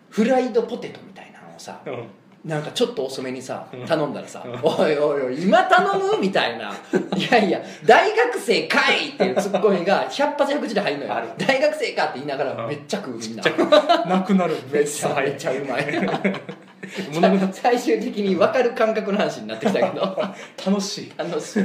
Speaker 1: フライドポテトみたいなのをさ
Speaker 2: やん
Speaker 1: なんかちょっと遅めにさ
Speaker 2: うん
Speaker 1: 頼んだらさ「
Speaker 2: うん
Speaker 1: おいおいおい今頼む?」みたい な「いやいや大学生かい!」っていうツッコミが百発百中で入るの
Speaker 2: あ
Speaker 1: よ
Speaker 2: る
Speaker 1: 「大学生か!」って言いながら
Speaker 2: うん
Speaker 1: めっちゃ食うみんな
Speaker 2: な くなる
Speaker 1: め
Speaker 2: めっ
Speaker 1: っち
Speaker 2: ち
Speaker 1: ゃ
Speaker 2: ゃ
Speaker 1: め
Speaker 2: 入
Speaker 1: っ
Speaker 2: っ
Speaker 1: ち
Speaker 2: ち
Speaker 1: ゃ
Speaker 2: ゃ
Speaker 1: う
Speaker 2: う
Speaker 1: まい
Speaker 2: もうなくなっ
Speaker 1: 最終的に分かる感覚の話になってきたけど
Speaker 2: 楽しいっ
Speaker 1: 楽しい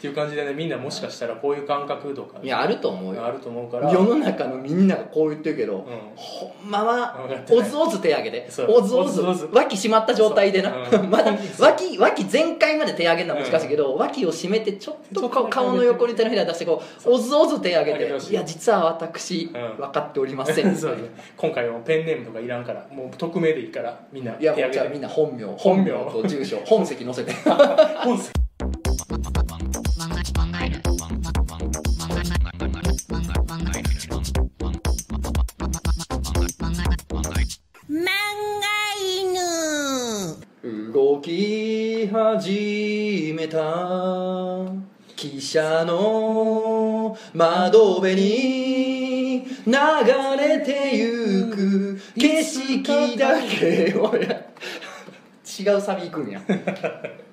Speaker 2: ていう感じでねみんなもしかしたらこういう感覚とか
Speaker 1: いやあると思うよ
Speaker 2: あると思うから
Speaker 1: 世の中のみんながこう言ってるけど、
Speaker 2: うん
Speaker 1: ほんまは
Speaker 2: 分かって
Speaker 1: お
Speaker 2: ない
Speaker 1: ずおず手上げて
Speaker 2: そう
Speaker 1: おずおず
Speaker 2: おずおず
Speaker 1: 脇締まった状態でな、
Speaker 2: そううん
Speaker 1: まだ脇脇全開まで手上げるのは難しいけど、脇を締めてちょっとこう顔の横に手のひら出してこうおずおず手上げ
Speaker 2: 上げてほしてい
Speaker 1: いや実は私、
Speaker 2: ん
Speaker 1: 分かっておりません
Speaker 2: そうね今回はペンネームとかいらんからもう匿名でいいからみんない
Speaker 1: や
Speaker 2: 手
Speaker 1: もう
Speaker 2: 挙
Speaker 1: じ
Speaker 2: げ
Speaker 1: ゃあみ
Speaker 2: て
Speaker 1: んな本名
Speaker 2: 本名
Speaker 1: と住所本籍載せて
Speaker 2: 本籍
Speaker 1: 動き始めた汽車の窓辺に流れてゆく景色だけを違うサビ行く んや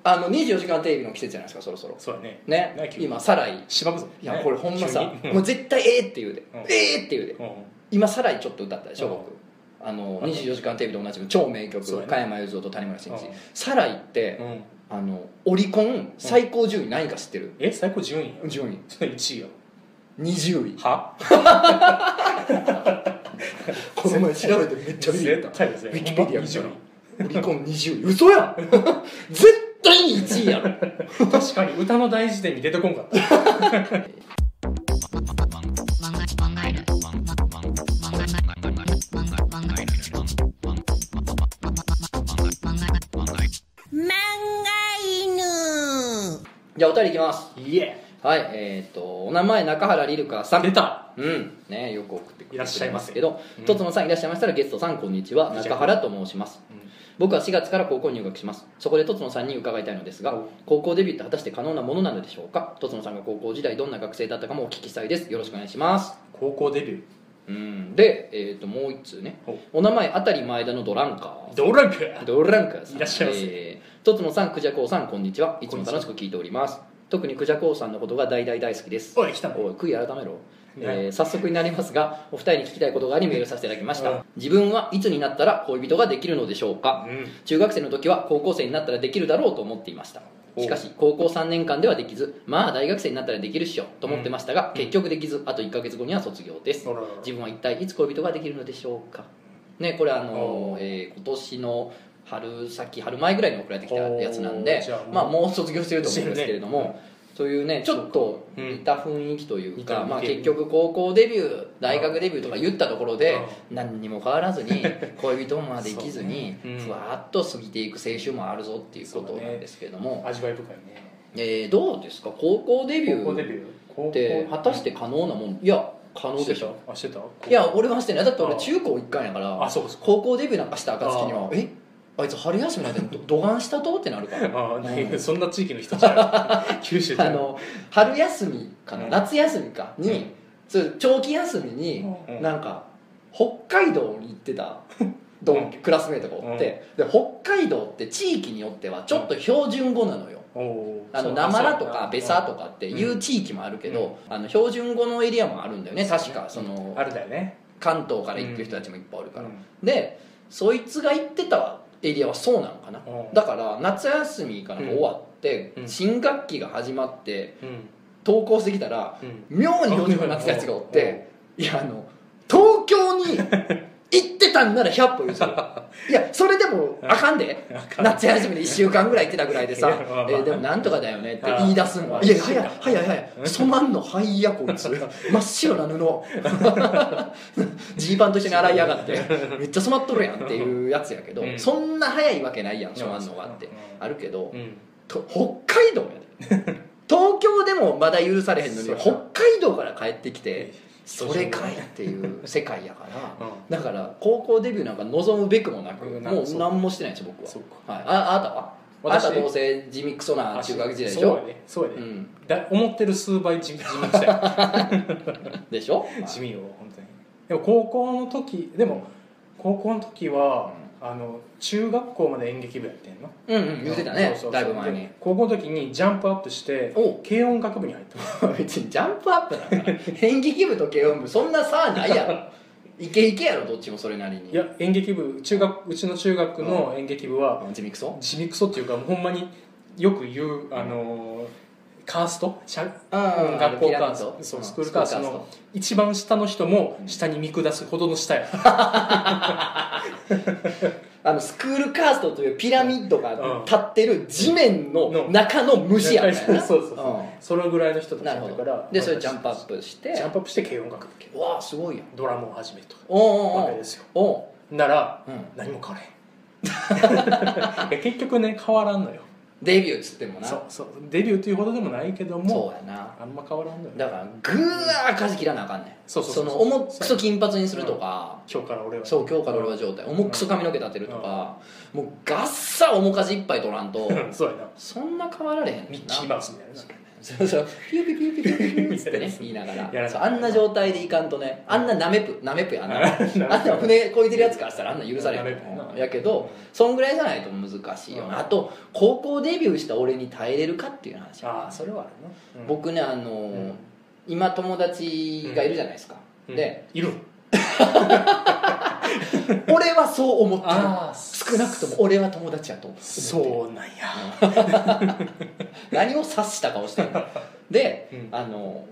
Speaker 1: あの『24時間テレビ』の季節じゃないですかそろそろ
Speaker 2: そうやね
Speaker 1: ね
Speaker 2: 急に
Speaker 1: 今サライ
Speaker 2: しばくぞ
Speaker 1: いやこれほんまさ
Speaker 2: 急に
Speaker 1: もう絶対ええって言うで
Speaker 2: うん
Speaker 1: ええって言うで
Speaker 2: うん
Speaker 1: 今サライちょっと歌ったでしょ
Speaker 2: うん
Speaker 1: 僕あの『24時間テレビ』でおなじみの超名曲
Speaker 2: そうやね
Speaker 1: 加山雄三と谷村新司
Speaker 2: うん
Speaker 1: サライって
Speaker 2: うんうん
Speaker 1: あのオリコン最高順位何位か知ってる
Speaker 2: え最高順位や
Speaker 1: 順位
Speaker 2: それ1位やろ
Speaker 1: 20位
Speaker 2: は
Speaker 1: この前調べてめっちゃビビった
Speaker 2: 絶対ですね
Speaker 1: ウィキペディア
Speaker 2: 以上
Speaker 1: 見たらオリコン20位嘘やん 絶対に1位やろ
Speaker 2: 確かに歌の大辞典に出てこんかった
Speaker 3: 漫画犬
Speaker 1: じゃあお便りいきます
Speaker 2: いえ
Speaker 1: はいえっ、とお名前中原りるかさん
Speaker 2: 出た
Speaker 1: うんねよく送ってくれて
Speaker 2: いらっしゃいませ
Speaker 1: けど
Speaker 2: うん
Speaker 1: とつのさんいらっしゃいましたらゲストさんこんにちは中原と申します僕は4月から高校に入学しますそこでとつのさんに伺いたいのですが
Speaker 2: お
Speaker 1: 高校デビューって果たして可能なものなのでしょうかとつのさんが高校時代どんな学生だったかもお聞きしたいですよろしくお願いします
Speaker 2: 高校デビュ
Speaker 1: うんで、えっともう一通ねお名前あたり前田のドランカー
Speaker 2: ードランク
Speaker 1: ドランカーさん
Speaker 2: いらっしゃいませ
Speaker 1: えーとつのさんクジャコウさんこんにちはいつも楽しく聞いております特にクジャコウさんのことが大大大好きです
Speaker 2: おい来たの
Speaker 1: おい悔い改めろ
Speaker 2: ね
Speaker 1: えー早速になりますがお二人に聞きたいことがありメールさせていただきまし
Speaker 2: うん
Speaker 1: た自分はいつになったら恋人ができるのでしょうか
Speaker 2: うん
Speaker 1: 中学生の時は高校生になったらできるだろうと思っていました
Speaker 2: お
Speaker 1: しかし高校3年間ではできずまあ大学生になったらできるっしょと思ってましたが、結局できずあと1ヶ月後には卒業です
Speaker 2: あららら
Speaker 1: 自分は一体いつ恋人ができるのでしょうかねこれあの
Speaker 2: お、ー
Speaker 1: えー今年の春先春前ぐらいに送られてきたやつなんで
Speaker 2: おーじゃあもう
Speaker 1: まあ、もう卒業してると思うんですけれども、
Speaker 2: してる
Speaker 1: というねちょっと
Speaker 2: うん
Speaker 1: 似た雰囲気というか、
Speaker 2: 似た
Speaker 1: まあ、
Speaker 2: 似てる
Speaker 1: 結局高校デビュー大学デビューとか言ったところで何にも変わらず に恋人までできずに
Speaker 2: そうねうん
Speaker 1: ふわーっと過ぎていく青春もあるぞっていうことなんですけれども、
Speaker 2: 味わい深い
Speaker 1: えーどうですか高校デビ
Speaker 2: ね
Speaker 1: ュ
Speaker 2: 高校デビ
Speaker 1: ー
Speaker 2: ュー高
Speaker 1: っ
Speaker 2: 校
Speaker 1: て果たして可能なもんいや可能でしょ
Speaker 2: してたあしてた
Speaker 1: いや俺はしてないだって俺
Speaker 2: あ
Speaker 1: 中高一貫やから
Speaker 2: あそうです
Speaker 1: 高校デビューなんかした暁にはえあいつ春休みなんて どどがんしたとってなるから
Speaker 2: あ
Speaker 1: うん
Speaker 2: あ そんな地域の人じゃない 九州じゃ
Speaker 1: あ
Speaker 2: ない
Speaker 1: の春休みかな
Speaker 2: うん
Speaker 1: 夏休みかに、そういう長期休みに、
Speaker 2: うん
Speaker 1: なんか北海道に行ってた同
Speaker 2: うん
Speaker 1: クラスメートがおって、で北海道って地域によってはちょっと標準語なのよ、
Speaker 2: おお
Speaker 1: あのなまらとかべさとかっていう地域もあるけど、あの標準語のエリアもあるんだよね確かその
Speaker 2: あるだよね
Speaker 1: 関東から行ってる人たちもいっぱいおるから、
Speaker 2: うん
Speaker 1: でそいつが行ってたエリアはそうなのかな、
Speaker 2: うん
Speaker 1: だから夏休みから終わって、
Speaker 2: うん
Speaker 1: 新学期が始まって
Speaker 2: うん
Speaker 1: 登校してきたら
Speaker 2: うん
Speaker 1: 妙に標準語になってたやつがおって、いやあの東京に行ってたんなら100歩譲るいやそれでもあかんで 夏休みで1週間ぐらい行ってたぐらいでさ「
Speaker 2: いやまあまあ
Speaker 1: えーでもなんとかだよね」って言い出すん
Speaker 2: あ
Speaker 1: は「
Speaker 2: ー
Speaker 1: いや早い早い早い
Speaker 2: うん
Speaker 1: 染まんのはいやこいつ 真っ白な布 ジーパンと一緒に洗いやがっ てめっちゃ染まっとるやん」っていうやつやけど、
Speaker 2: うん
Speaker 1: そんな早いわけないやん染まんのがあって
Speaker 2: うん
Speaker 1: あるけど、
Speaker 2: うん
Speaker 1: と北海道やで 東京でもまだ許されへんのに
Speaker 2: そうや
Speaker 1: 北
Speaker 2: な
Speaker 1: 海道から帰ってきて
Speaker 2: そ
Speaker 1: そうれかいっていう世界やから
Speaker 2: うん
Speaker 1: だから高校デビューなんか望むべくもなく
Speaker 2: うん
Speaker 1: もう何もしてないんですよ僕
Speaker 2: そう
Speaker 1: は、はい、ああなたはあな
Speaker 2: 私
Speaker 1: たどうせ地味クソな中学時代でし
Speaker 2: そうや
Speaker 1: ょ、
Speaker 2: ねそうや
Speaker 1: う
Speaker 2: ね
Speaker 1: ん、
Speaker 2: だ思ってる数倍地味地味したよ
Speaker 1: でしょ、 はい
Speaker 2: 地味よ本当にでも高校の時でも高校の時はあの中学校まで演劇部やってんの
Speaker 1: うんうん言ってたね
Speaker 2: そうそうそう
Speaker 1: だいぶ前に
Speaker 2: で高校の時にジャンプアップして
Speaker 1: お
Speaker 2: 軽音楽部に入った
Speaker 1: 別にジャンプアップなんかな演劇部と軽音部そんな差ないやろイケイケやろどっちもそれなりに
Speaker 2: いや演劇部中学うちの中学の演劇部は
Speaker 1: 地味クソ
Speaker 2: 地味クソっていうかもうほんまによく言うあのーカースト社
Speaker 1: うん
Speaker 2: 学校
Speaker 1: ピ
Speaker 2: カ
Speaker 1: ラミッ
Speaker 2: ース
Speaker 1: ド
Speaker 2: ト
Speaker 1: う
Speaker 2: そ
Speaker 1: ん
Speaker 2: うスクールカースト
Speaker 1: スクールカ
Speaker 2: の一番下の人も下に見下すほどの下や
Speaker 1: あのスクールカーストというピラミッドが
Speaker 2: うん
Speaker 1: 立ってる地面の中の 虫やからな
Speaker 2: そうそうそう、それぐらいの人
Speaker 1: うん
Speaker 2: た
Speaker 1: な
Speaker 2: ち
Speaker 1: る
Speaker 2: だ
Speaker 1: ほ
Speaker 2: か
Speaker 1: ど
Speaker 2: ら
Speaker 1: でそれジャンプアップして
Speaker 2: ジャンプアップして軽音楽部系
Speaker 1: うわあすごいやん
Speaker 2: ドラムを始めとか
Speaker 1: おうおう
Speaker 2: わけですよ
Speaker 1: おうお
Speaker 2: なら
Speaker 1: う、うん、
Speaker 2: 何も変 わらへんいや結局ね変わらんのよ
Speaker 1: デビューっつってもな
Speaker 2: そ
Speaker 1: そう
Speaker 2: うそうデビューというほどでもないけど
Speaker 1: う
Speaker 2: も
Speaker 1: やな
Speaker 2: あんま変わらんのよ
Speaker 1: だからぐーっ舵切らなあかんねん
Speaker 2: そうそうそう
Speaker 1: の重くそ金髪にするとか、
Speaker 2: 今日から俺は
Speaker 1: そう今日から俺は状態重くそ髪の毛立てるとか、もうガッサ重かじいっぱい取らんと
Speaker 2: そうやな
Speaker 1: そんな変わられへんねんな
Speaker 2: ミッキーマウスみたいな
Speaker 1: そうそうピューピューピューピューピューピューってね言いなが
Speaker 2: や
Speaker 1: ら
Speaker 2: ら
Speaker 1: そうあんな状態でいかんとねあんななめぷなめぷやあん なあんな船こいてるやつからしたらあんな許されへ
Speaker 2: なめぷや
Speaker 1: ん
Speaker 2: な
Speaker 1: やけどそんぐらいじゃないと難しいよなあと高校デビューした俺に耐えれるかっていう話
Speaker 2: ああそれはあるな、
Speaker 1: 僕ねあのー
Speaker 2: うん
Speaker 1: 今友達がいるじゃないですか
Speaker 2: うん
Speaker 1: で
Speaker 2: いる
Speaker 1: 俺はそう思ってる
Speaker 2: ああ
Speaker 1: 少なくとも俺は友達やと思ってる
Speaker 2: そうなんや
Speaker 1: 何を察した顔してる ので、
Speaker 2: うん
Speaker 1: あの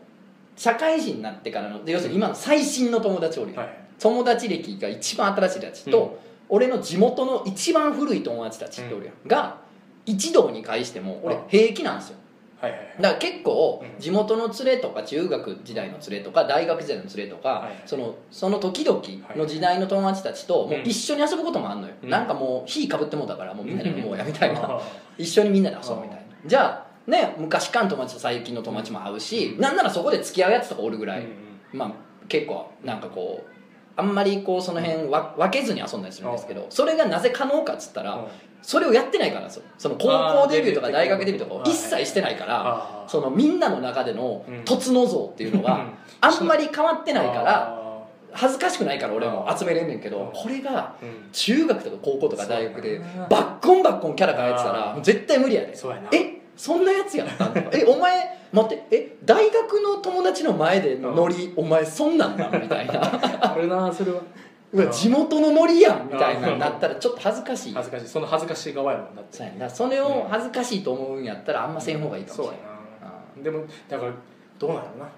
Speaker 1: 社会人になってからので要するに今の最新の友達おるやん、
Speaker 2: はい
Speaker 1: 友達歴が一番新しい友達と、
Speaker 2: うん
Speaker 1: 俺の地元の一番古い友達たちっておるやん、が一堂に会しても俺
Speaker 2: あ
Speaker 1: 平気なんですよ
Speaker 2: はいはいはい
Speaker 1: だから結構
Speaker 2: うん
Speaker 1: 地元の連れとか中学時代の連れとか大学時代の連れとか、
Speaker 2: はい
Speaker 1: そのその時々の時代の友達たちともう一緒に遊ぶこともあんのよ、
Speaker 2: う ん
Speaker 1: なんかもう火かぶってもうたからもうみんなでもうやみたいな
Speaker 2: ああ
Speaker 1: 一緒にみんなで遊ぶみたいなじゃあね、昔からの友達と最近の友達も会うし、なんならそこで付き合うやつとかおるぐらい、まあ、結構なんかこうあんまりこうその辺わ分けずに遊んだりするんですけどそれがなぜ可能かっつったらそれをやってないからなんですよその高校デビューと
Speaker 2: あ
Speaker 1: か
Speaker 2: ー
Speaker 1: 大学デビューとかを
Speaker 2: はい
Speaker 1: 一切してないから
Speaker 2: あ
Speaker 1: そのみんなの中での
Speaker 2: うん
Speaker 1: 突の像っていうのがあんまり変わってないから恥ずかしくないから俺も集めれんねんけど
Speaker 2: あー
Speaker 1: これが
Speaker 2: うん
Speaker 1: 中学とか高校とか大学で
Speaker 2: そうやな
Speaker 1: バッコンバッコンキャラ変えてた
Speaker 2: あ
Speaker 1: ら
Speaker 2: ー
Speaker 1: 絶対無理やで
Speaker 2: そうやな
Speaker 1: えそんなやつやったんとかえお前待ってえ大学の友達の前でのノリお前そんなんなんみたいな
Speaker 2: あるなそれは
Speaker 1: うわ
Speaker 2: あー
Speaker 1: 地元のノリやんみたいな
Speaker 2: あー
Speaker 1: なったらちょっと恥ずかしい
Speaker 2: 恥ずかしいその恥ずかしい側やもんだって
Speaker 1: そうやなそれを恥ずかしいと思うんやったらあんません方がいいかもし
Speaker 2: そう
Speaker 1: れ
Speaker 2: や
Speaker 1: ない
Speaker 2: なでもだからどうなんやろな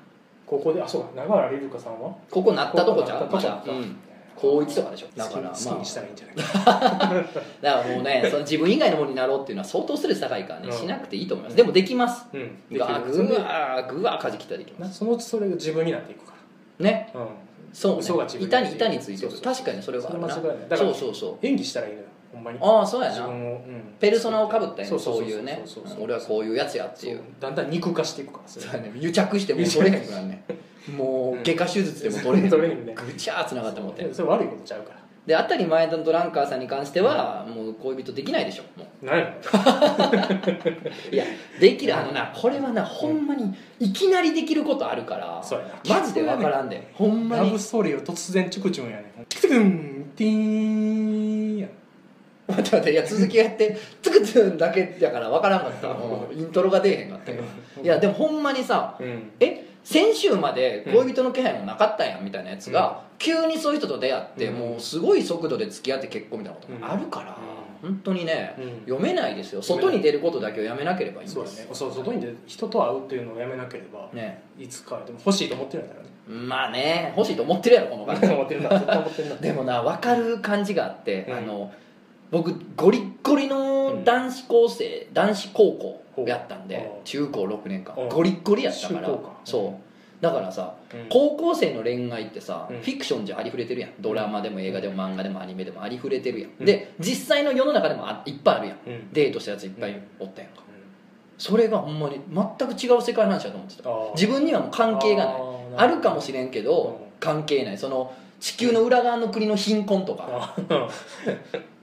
Speaker 2: 高校であそうか長原りるかさんは
Speaker 1: ここなったとこちゃう
Speaker 2: 高
Speaker 1: ま
Speaker 2: 校な
Speaker 1: だ
Speaker 2: ったとこ
Speaker 1: うん高1とかでしょだからまあ
Speaker 2: 好き好きにしたらいい んじゃないか
Speaker 1: だからもう ねその自分以外のものになろうっていうのは相当ストレス高いからね
Speaker 2: うん
Speaker 1: しなくていいと思いますでもできます
Speaker 2: うんでき
Speaker 1: ぐ
Speaker 2: る
Speaker 1: わーぐわーぐわー舵切ったらできま
Speaker 2: な
Speaker 1: す
Speaker 2: そのうちそれが自分になっていくか
Speaker 1: ね
Speaker 2: らうん
Speaker 1: そう
Speaker 2: 嘘
Speaker 1: ね
Speaker 2: が自分
Speaker 1: 板
Speaker 2: に
Speaker 1: に板について
Speaker 2: そう
Speaker 1: る
Speaker 2: そうそう
Speaker 1: 確かにそれはあるな
Speaker 2: それ間違いないだか
Speaker 1: そ
Speaker 2: ら
Speaker 1: うそうそう
Speaker 2: 演技したらいいのよほんまに
Speaker 1: ああそうや
Speaker 2: 自
Speaker 1: な
Speaker 2: 分をうん
Speaker 1: ペルソナをかぶったよね
Speaker 2: そ
Speaker 1: そう
Speaker 2: そううそう
Speaker 1: いうね
Speaker 2: そうそうそう
Speaker 1: うん俺はこういうやつやっていう
Speaker 2: そうだんだん肉化していくからそれ
Speaker 1: そうやね癒着してもう取れへんからねもう外科手術でも取れへん
Speaker 2: 取れへんね
Speaker 1: ぐちゃーつながってもって
Speaker 2: それ悪いことちゃうから
Speaker 1: であたり前田とランカーさんに関してはもう恋人できないでしょもう
Speaker 2: 何や
Speaker 1: いやできるあのなこれはなほんまにいきなりできることあるから
Speaker 2: そうやな
Speaker 1: マジで分からんでほんま
Speaker 2: ラ
Speaker 1: に
Speaker 2: ブストーリーを突然チュクチュンやねんチュクチュンティーンやん
Speaker 1: 待って待っていや続きやってつくつんだけだから分からんか ったもうイントロが出えへんかったけどいやでもほんまにさ
Speaker 2: うん
Speaker 1: え先週まで恋人の気配もなかったんやみたいなやつが、急にそういう人と出会って、
Speaker 2: うん
Speaker 1: もうすごい速度で付き合って結婚みたいなこともあるから、本当にね、
Speaker 2: うん
Speaker 1: 読めないですよ外に出ることだけをやめなければいいん
Speaker 2: そう
Speaker 1: で
Speaker 2: だね
Speaker 1: す
Speaker 2: そう外に出て人と会うっていうのをやめなければ
Speaker 1: ね
Speaker 2: いつかでも欲しいと思ってるんだよね
Speaker 1: まあね欲しいと思ってるやろこの感じ
Speaker 2: 思ってるな絶対思ってるな
Speaker 1: でもな分かる感じがあって、
Speaker 2: うん
Speaker 1: あの僕ゴリッゴリの男子高生、男子高校やったんで
Speaker 2: ほう
Speaker 1: 中高6年間
Speaker 2: うん
Speaker 1: ゴリッゴリやったから
Speaker 2: 中高か
Speaker 1: そうだからさ
Speaker 2: うん
Speaker 1: 高校生の恋愛ってさ、
Speaker 2: うん
Speaker 1: フィクションじゃありふれてるやんドラマでも映画でも漫画でもアニメでもありふれてるやん、
Speaker 2: うん
Speaker 1: で実際の世の中でもあいっぱいあるやん
Speaker 2: うん
Speaker 1: デートしたやついっぱいおったやんかそれがほんまに全く違う世界の話だと思ってた
Speaker 2: あー
Speaker 1: 自分にはもう関係がない
Speaker 2: ー
Speaker 1: あるかもしれんけど、関係ないその地球の裏側の国の貧困とか、
Speaker 2: あー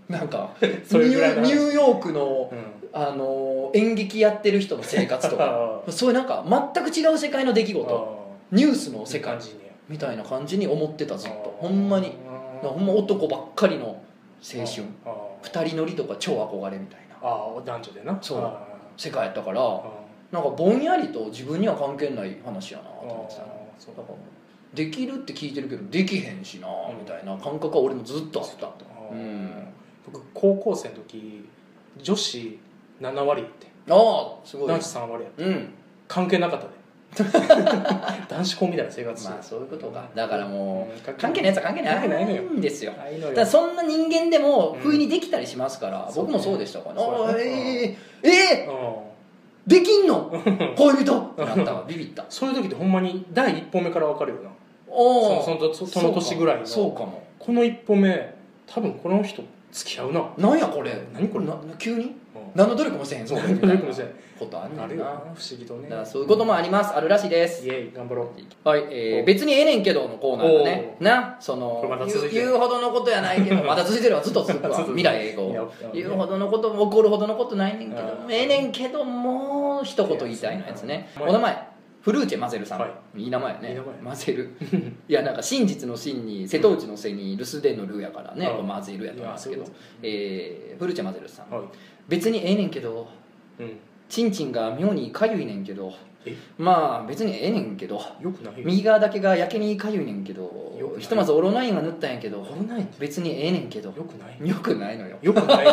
Speaker 1: なんか
Speaker 2: それ
Speaker 1: ニ
Speaker 2: ぐら
Speaker 1: ュー
Speaker 2: いの
Speaker 1: ニ
Speaker 2: 話
Speaker 1: ューヨークの
Speaker 2: う、ん
Speaker 1: あのー演劇やってる人の生活と か
Speaker 2: あー
Speaker 1: そういうなんか全く違う世界の出来事ニュースの世界
Speaker 2: あーいい感じね
Speaker 1: みたいな感じに思ってたずっと
Speaker 2: あー
Speaker 1: ほんまに
Speaker 2: あー
Speaker 1: ほんま男ばっかりの青春
Speaker 2: あー
Speaker 1: 二人乗りとか超憧れみたいな
Speaker 2: あー男女でな
Speaker 1: そう
Speaker 2: あ
Speaker 1: 世界やったから
Speaker 2: ーあ
Speaker 1: なんかぼんやりと自分には関係ない話やなと
Speaker 2: ー
Speaker 1: 思ってたな
Speaker 2: あーそう
Speaker 1: だからできるって聞いてるけどできへんしなみたいな感覚は俺もずっとあった
Speaker 2: あ
Speaker 1: う
Speaker 2: ー
Speaker 1: ん
Speaker 2: 僕高校生の時女子7割って
Speaker 1: ああすごい
Speaker 2: 男子3割や
Speaker 1: うん
Speaker 2: 関係なかったで 男子校みたいな生活
Speaker 1: まあそういうことかだからも
Speaker 2: うん
Speaker 1: う関係ないやつは関係ない
Speaker 2: 関係ないのよ
Speaker 1: んですよ
Speaker 2: ああいうの
Speaker 1: だ
Speaker 2: よ
Speaker 1: からそんな人間でも
Speaker 2: うん
Speaker 1: 不意にできたりしますから、
Speaker 2: そう
Speaker 1: 僕
Speaker 2: ね
Speaker 1: もそうでしたからね
Speaker 2: そう
Speaker 1: あ
Speaker 2: だ
Speaker 1: ー
Speaker 2: ね
Speaker 1: えー、えー、
Speaker 2: う
Speaker 1: できんの恋人ってなったわビビったあ
Speaker 2: ん そういう時ってほんまに第一歩目から分かるよな
Speaker 1: あ
Speaker 2: そのそのその年ぐらいの
Speaker 1: そうかも
Speaker 2: この一歩目多分この人付き合うな
Speaker 1: そうかもなんやこれ
Speaker 2: 何これ
Speaker 1: な急に
Speaker 2: うん
Speaker 1: 何の努力もせえへんぞ俺みたいな
Speaker 2: 努力もせえへん
Speaker 1: ことあんね
Speaker 2: ある
Speaker 1: ん
Speaker 2: よ
Speaker 1: な
Speaker 2: な不思議とね
Speaker 1: だからそういうこともありますあるらしいです
Speaker 2: イエイ頑張ろう
Speaker 1: はい、えー別にええねんけどのコーナーだね
Speaker 2: お
Speaker 1: なそ
Speaker 2: こ
Speaker 1: の
Speaker 2: れまた
Speaker 1: 言
Speaker 2: 続
Speaker 1: う
Speaker 2: いてる
Speaker 1: 言うほどのことやない けどまだ続いてるわずっと続くわ
Speaker 2: ずっと続く
Speaker 1: 未来英
Speaker 2: いや
Speaker 1: 語言うほ
Speaker 2: い
Speaker 1: どのことも怒るほどのことないねんけど
Speaker 2: うん
Speaker 1: ええねんけどもう一言言いたいのやつね
Speaker 2: うん
Speaker 1: お名前フルーチェマゼルさん、、
Speaker 2: はい
Speaker 1: い名前や
Speaker 2: いい
Speaker 1: ね
Speaker 2: 名前
Speaker 1: マ ゼルいやなんか真実の真に瀬戸内の瀬に留守電のルーやからね、
Speaker 2: うん
Speaker 1: これマゼルやと思うんですけ
Speaker 2: い
Speaker 1: ど
Speaker 2: やそうです、
Speaker 1: えーフルーチェマゼルさん、
Speaker 2: やは
Speaker 1: 別にええねんけど
Speaker 2: いうん
Speaker 1: チンチンが妙にかゆいねんけど
Speaker 2: え
Speaker 1: まあ別にええねんけど
Speaker 2: よくない
Speaker 1: 右側だけがやけにかゆいねんけ
Speaker 2: よく
Speaker 1: ど
Speaker 2: ない
Speaker 1: ひとまずオロナインは塗ったんやけど
Speaker 2: 危ないって
Speaker 1: 別にええねんけど
Speaker 2: よくない
Speaker 1: よくないのよ
Speaker 2: よくない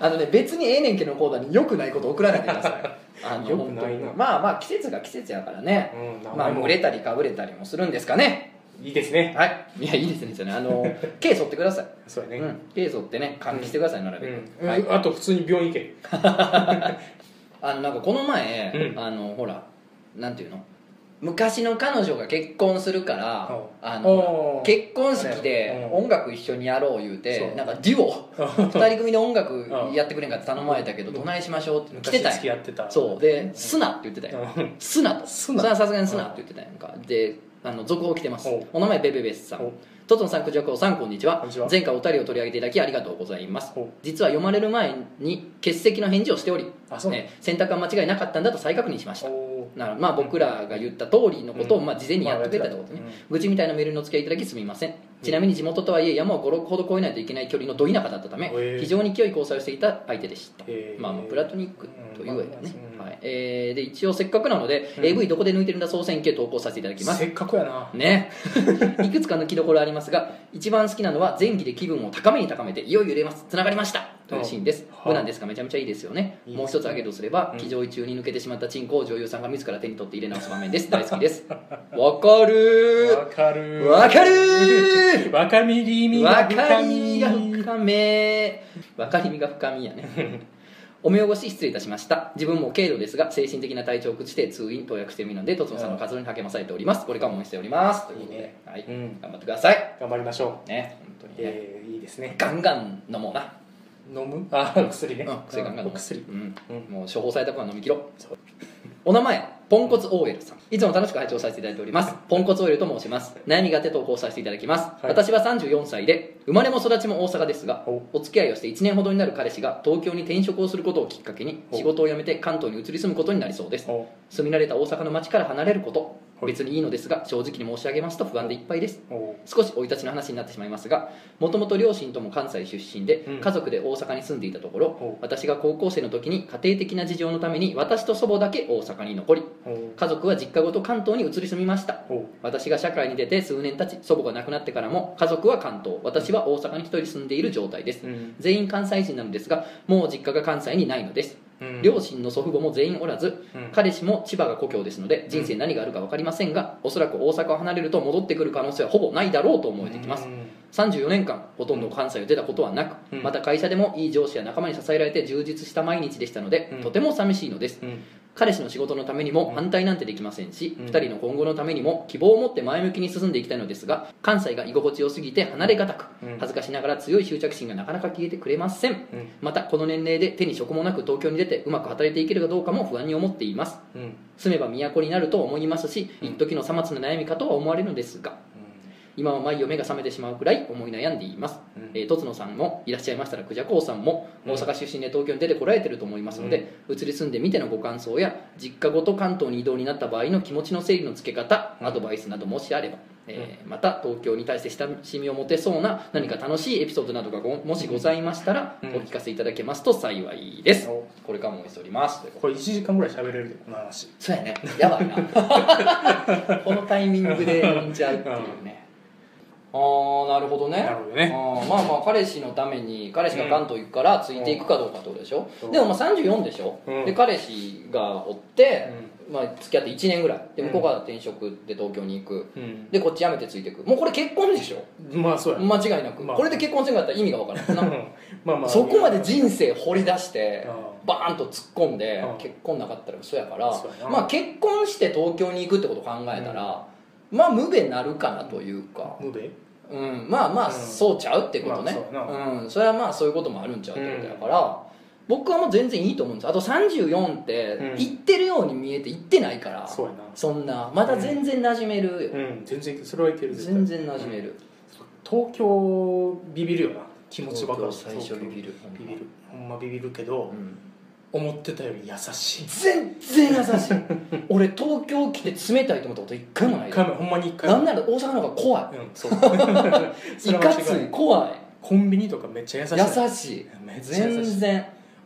Speaker 1: あのね別にええねんけどのコーナーによくないこと送らないでください あの
Speaker 2: よくないな
Speaker 1: 本当にまあまあ季節が季節やからね、
Speaker 2: うん名
Speaker 1: ま
Speaker 2: 前
Speaker 1: あ
Speaker 2: も
Speaker 1: 蒸れたりかぶれたりもするんですかね
Speaker 2: いいですね
Speaker 1: はいいやいいですねじゃあねあ の毛剃ってください
Speaker 2: そうやね
Speaker 1: うん、ケースってね換気してくださいなるべく、
Speaker 2: うん
Speaker 1: はい、
Speaker 2: あと普通に病院行け
Speaker 1: あのなんかこの前、
Speaker 2: うん
Speaker 1: あのほらなんていうの昔の彼女が結婚するから
Speaker 2: おう
Speaker 1: あ
Speaker 2: お
Speaker 1: の
Speaker 2: う
Speaker 1: 結婚式で
Speaker 2: うん
Speaker 1: 音楽一緒にやろう言う
Speaker 2: そ
Speaker 1: て
Speaker 2: う
Speaker 1: なんかデュオ二人組で音楽やってくれんかって頼まれたけど
Speaker 2: うん
Speaker 1: どないしましょうって来て
Speaker 2: 昔
Speaker 1: た
Speaker 2: 付
Speaker 1: ん
Speaker 2: き合
Speaker 1: や
Speaker 2: ってた
Speaker 1: そうで「すな」って言ってたんや
Speaker 2: うん
Speaker 1: すなと
Speaker 2: すな
Speaker 1: それはさすがにすなって言ってたやんかであの続報来てます
Speaker 2: おう
Speaker 1: お名前ベベベスさん
Speaker 2: お
Speaker 1: トトンさんクジャクオさんこんにちは
Speaker 2: こんにちは
Speaker 1: 前回お便りを取り上げていただきありがとうございます
Speaker 2: お
Speaker 1: 実は読まれる前に欠席の返事をしており
Speaker 2: あそう
Speaker 1: ね選択は間違いなかったんだと再確認しました
Speaker 2: お
Speaker 1: ならまあ僕らが言った通りのことを
Speaker 2: うん
Speaker 1: まあ事前にやってくれたってことね
Speaker 2: まあやってた
Speaker 1: 愚痴みたいなメールのお付き合いいただきすみませんちなみに地元とはいえ山を56ほど越えないといけない距離のど田舎だったため
Speaker 2: へえ
Speaker 1: 非常に清い交際をしていた相手でした
Speaker 2: へえ
Speaker 1: まあまあプラトニックというわけだね
Speaker 2: うん
Speaker 1: はいえーで一応せっかくなので
Speaker 2: うん
Speaker 1: AV どこで抜いてるんだ総選挙投稿させていただきます
Speaker 2: せっかくやな
Speaker 1: ねいくつか抜きどころありますが一番好きなのは前期で気分を高めに高めていよいよ売れますつながりましたというシーンです
Speaker 2: はあ
Speaker 1: 無難ですがめちゃめちゃいいですよね
Speaker 2: いいですね
Speaker 1: もう一つ挙げるとすれば、
Speaker 2: うん
Speaker 1: 騎乗位中に抜けてしまったチンコを女優さんが自ら手に取って入れ直す場面です 大好きですわかる
Speaker 2: わかる
Speaker 1: わかる
Speaker 2: ー わかみりみ
Speaker 1: わ
Speaker 2: が
Speaker 1: か
Speaker 2: 深
Speaker 1: りみ
Speaker 2: み
Speaker 1: が深めわかりみが深みやねお目汚し失礼いたしました自分も軽度ですが精神的な体調を崩して通院投薬してみるのでとつのさんの活動に励まされておりますこれからも応援しておりますということで
Speaker 2: いいね
Speaker 1: はい
Speaker 2: うん
Speaker 1: 頑張ってください
Speaker 2: 頑張りましょ
Speaker 1: ね本
Speaker 2: う
Speaker 1: 当にね、
Speaker 2: えーいいですね
Speaker 1: ガンガン飲もうな、
Speaker 2: 飲むあー薬ね
Speaker 1: うん、薬ガンガン飲
Speaker 2: お
Speaker 1: もう
Speaker 2: 薬
Speaker 1: うん
Speaker 2: うん
Speaker 1: もう処方された分は飲み切ろう
Speaker 2: そう
Speaker 1: お名前ポンコツ OL さんいつも楽しく拝聴させていただいておりますポンコツ OL と申します悩みがて投稿させていただきます、
Speaker 2: い
Speaker 1: 私は34歳で生まれも育ちも大阪ですが
Speaker 2: お
Speaker 1: お付き合いをして1年ほどになる彼氏が東京に転職をすることをきっかけに
Speaker 2: お
Speaker 1: 仕事を辞めて関東に移り住むことになりそうです
Speaker 2: お
Speaker 1: 住み慣れた大阪の街から離れること
Speaker 2: はい
Speaker 1: 別にいいのですが正直に申し上げますと不安でいっぱいです
Speaker 2: お
Speaker 1: 少し生い立ちの話になってしまいますがもともと両親とも関西出身で、
Speaker 2: うん
Speaker 1: 家族で大阪に住んでいたとこ
Speaker 2: ほ
Speaker 1: ろ
Speaker 2: う
Speaker 1: 私が高校生の時に家庭的な事情のために私と祖母だけ大阪に残り
Speaker 2: お
Speaker 1: 家族は実家ごと関東に移り住みました
Speaker 2: お
Speaker 1: 私が社会に出て数年経ち祖母が亡くなってからも家族は関東私は大阪に一人住んでいる状態です、
Speaker 2: うん
Speaker 1: 全員関西人なのですがもう実家が関西にないのです、
Speaker 2: うん
Speaker 1: 両親の祖父母も全員おらず、
Speaker 2: うん
Speaker 1: 彼氏も千葉が故郷ですので人生何があるか分かりませんが、おそらく大阪を離れると戻ってくる可能性はほぼないだろうと思えてきます、
Speaker 2: うん
Speaker 1: 34年間ほとんど関西を出たことはなく、
Speaker 2: うん
Speaker 1: また会社でもいい上司や仲間に支えられて充実した毎日でしたので、
Speaker 2: うん
Speaker 1: とても寂しいのです、
Speaker 2: うん
Speaker 1: 彼氏の仕事のためにも反対なんてできませんし、
Speaker 2: うん
Speaker 1: 2人の今後のためにも希望を持って前向きに進んでいきたいのですが関西が居心地よすぎて離れがたく
Speaker 2: うん
Speaker 1: 恥ずかしながら強い執着心がなかなか消えてくれません
Speaker 2: うん
Speaker 1: またこの年齢で手に職もなく東京に出てうまく働いていけるかどうかも不安に思っています
Speaker 2: うんうん
Speaker 1: 住めば都になると思いますし一時のさまつな悩みかとは思われるのですが今は毎夜目が覚めてしまうくらい思い悩んでいます、
Speaker 2: うん
Speaker 1: えー、とつのさんもいらっしゃいましたらクジャコウさんも大阪出身で東京に出てこられてると思いますので、移り住んでみてのご感想や実家ごと関東に移動になった場合の気持ちの整理のつけ方、
Speaker 2: うん
Speaker 1: アドバイスなどもしあれば、えーまた東京に対して親しみを持てそうな何か楽しいエピソードなどがごもしございましたら、
Speaker 2: うん
Speaker 1: お聞かせいただけますと幸いです、
Speaker 2: お
Speaker 1: これからも応援しておりますということで
Speaker 2: これ1時間ぐらい喋れるでこの話
Speaker 1: そうやねやばいな このタイミングで飲んじゃうっていうねああなるほどね
Speaker 2: なるほどね
Speaker 1: あーまあまあ彼氏のために彼氏が関東行くからついていくかどうかってことでしょ、
Speaker 2: うん
Speaker 1: でもまあ34でしょ、
Speaker 2: うん
Speaker 1: で彼氏がおって、まあ、付き合って1年ぐらいで向こうから転職で東京に行く、
Speaker 2: うん
Speaker 1: でこっち辞めてついていくもうこれ結婚でしょ
Speaker 2: まあそうやな
Speaker 1: 間違いなく、
Speaker 2: まあ
Speaker 1: これで結婚せんかったら意味がわから んな
Speaker 2: うんまあまあ
Speaker 1: そこまで人生掘り出して
Speaker 2: うん
Speaker 1: バーンと突っ込んで
Speaker 2: うん
Speaker 1: 結婚なかったら嘘やから
Speaker 2: そうやな
Speaker 1: まあ結婚して東京に行くってことを考えたらまあ無べなるかなというか
Speaker 2: 無べ
Speaker 1: うんまあまあ
Speaker 2: うん
Speaker 1: そうちゃうってことね
Speaker 2: まあそう
Speaker 1: うんそれはまあそういうこともあるんちゃうってことやから僕はもう全然いいと思うんですあと34って
Speaker 2: うん
Speaker 1: 行ってるように見えて行ってないから
Speaker 2: そうやな
Speaker 1: そんなまだ全然馴染めるよ
Speaker 2: うん全然それはいける絶対
Speaker 1: 全然馴染める
Speaker 2: 東京ビビるよな気持ちばかり
Speaker 1: 東京最初ビビる
Speaker 2: 東京ビビるほんまビビるけど、
Speaker 1: うん
Speaker 2: 思ってたより優しい
Speaker 1: 全然優しい俺東京来て冷たいと思ったこと一回もない
Speaker 2: 一
Speaker 1: で
Speaker 2: 回もほんまに一回
Speaker 1: な
Speaker 2: も
Speaker 1: んなら大阪の方が怖
Speaker 2: う
Speaker 1: い
Speaker 2: んそうそれはい
Speaker 1: かつ
Speaker 2: 間違
Speaker 1: い
Speaker 2: いない
Speaker 1: 怖い
Speaker 2: コンビニとかめっちゃ優しい
Speaker 1: 優しい
Speaker 2: めっちゃ優し
Speaker 1: 全
Speaker 2: い
Speaker 1: 然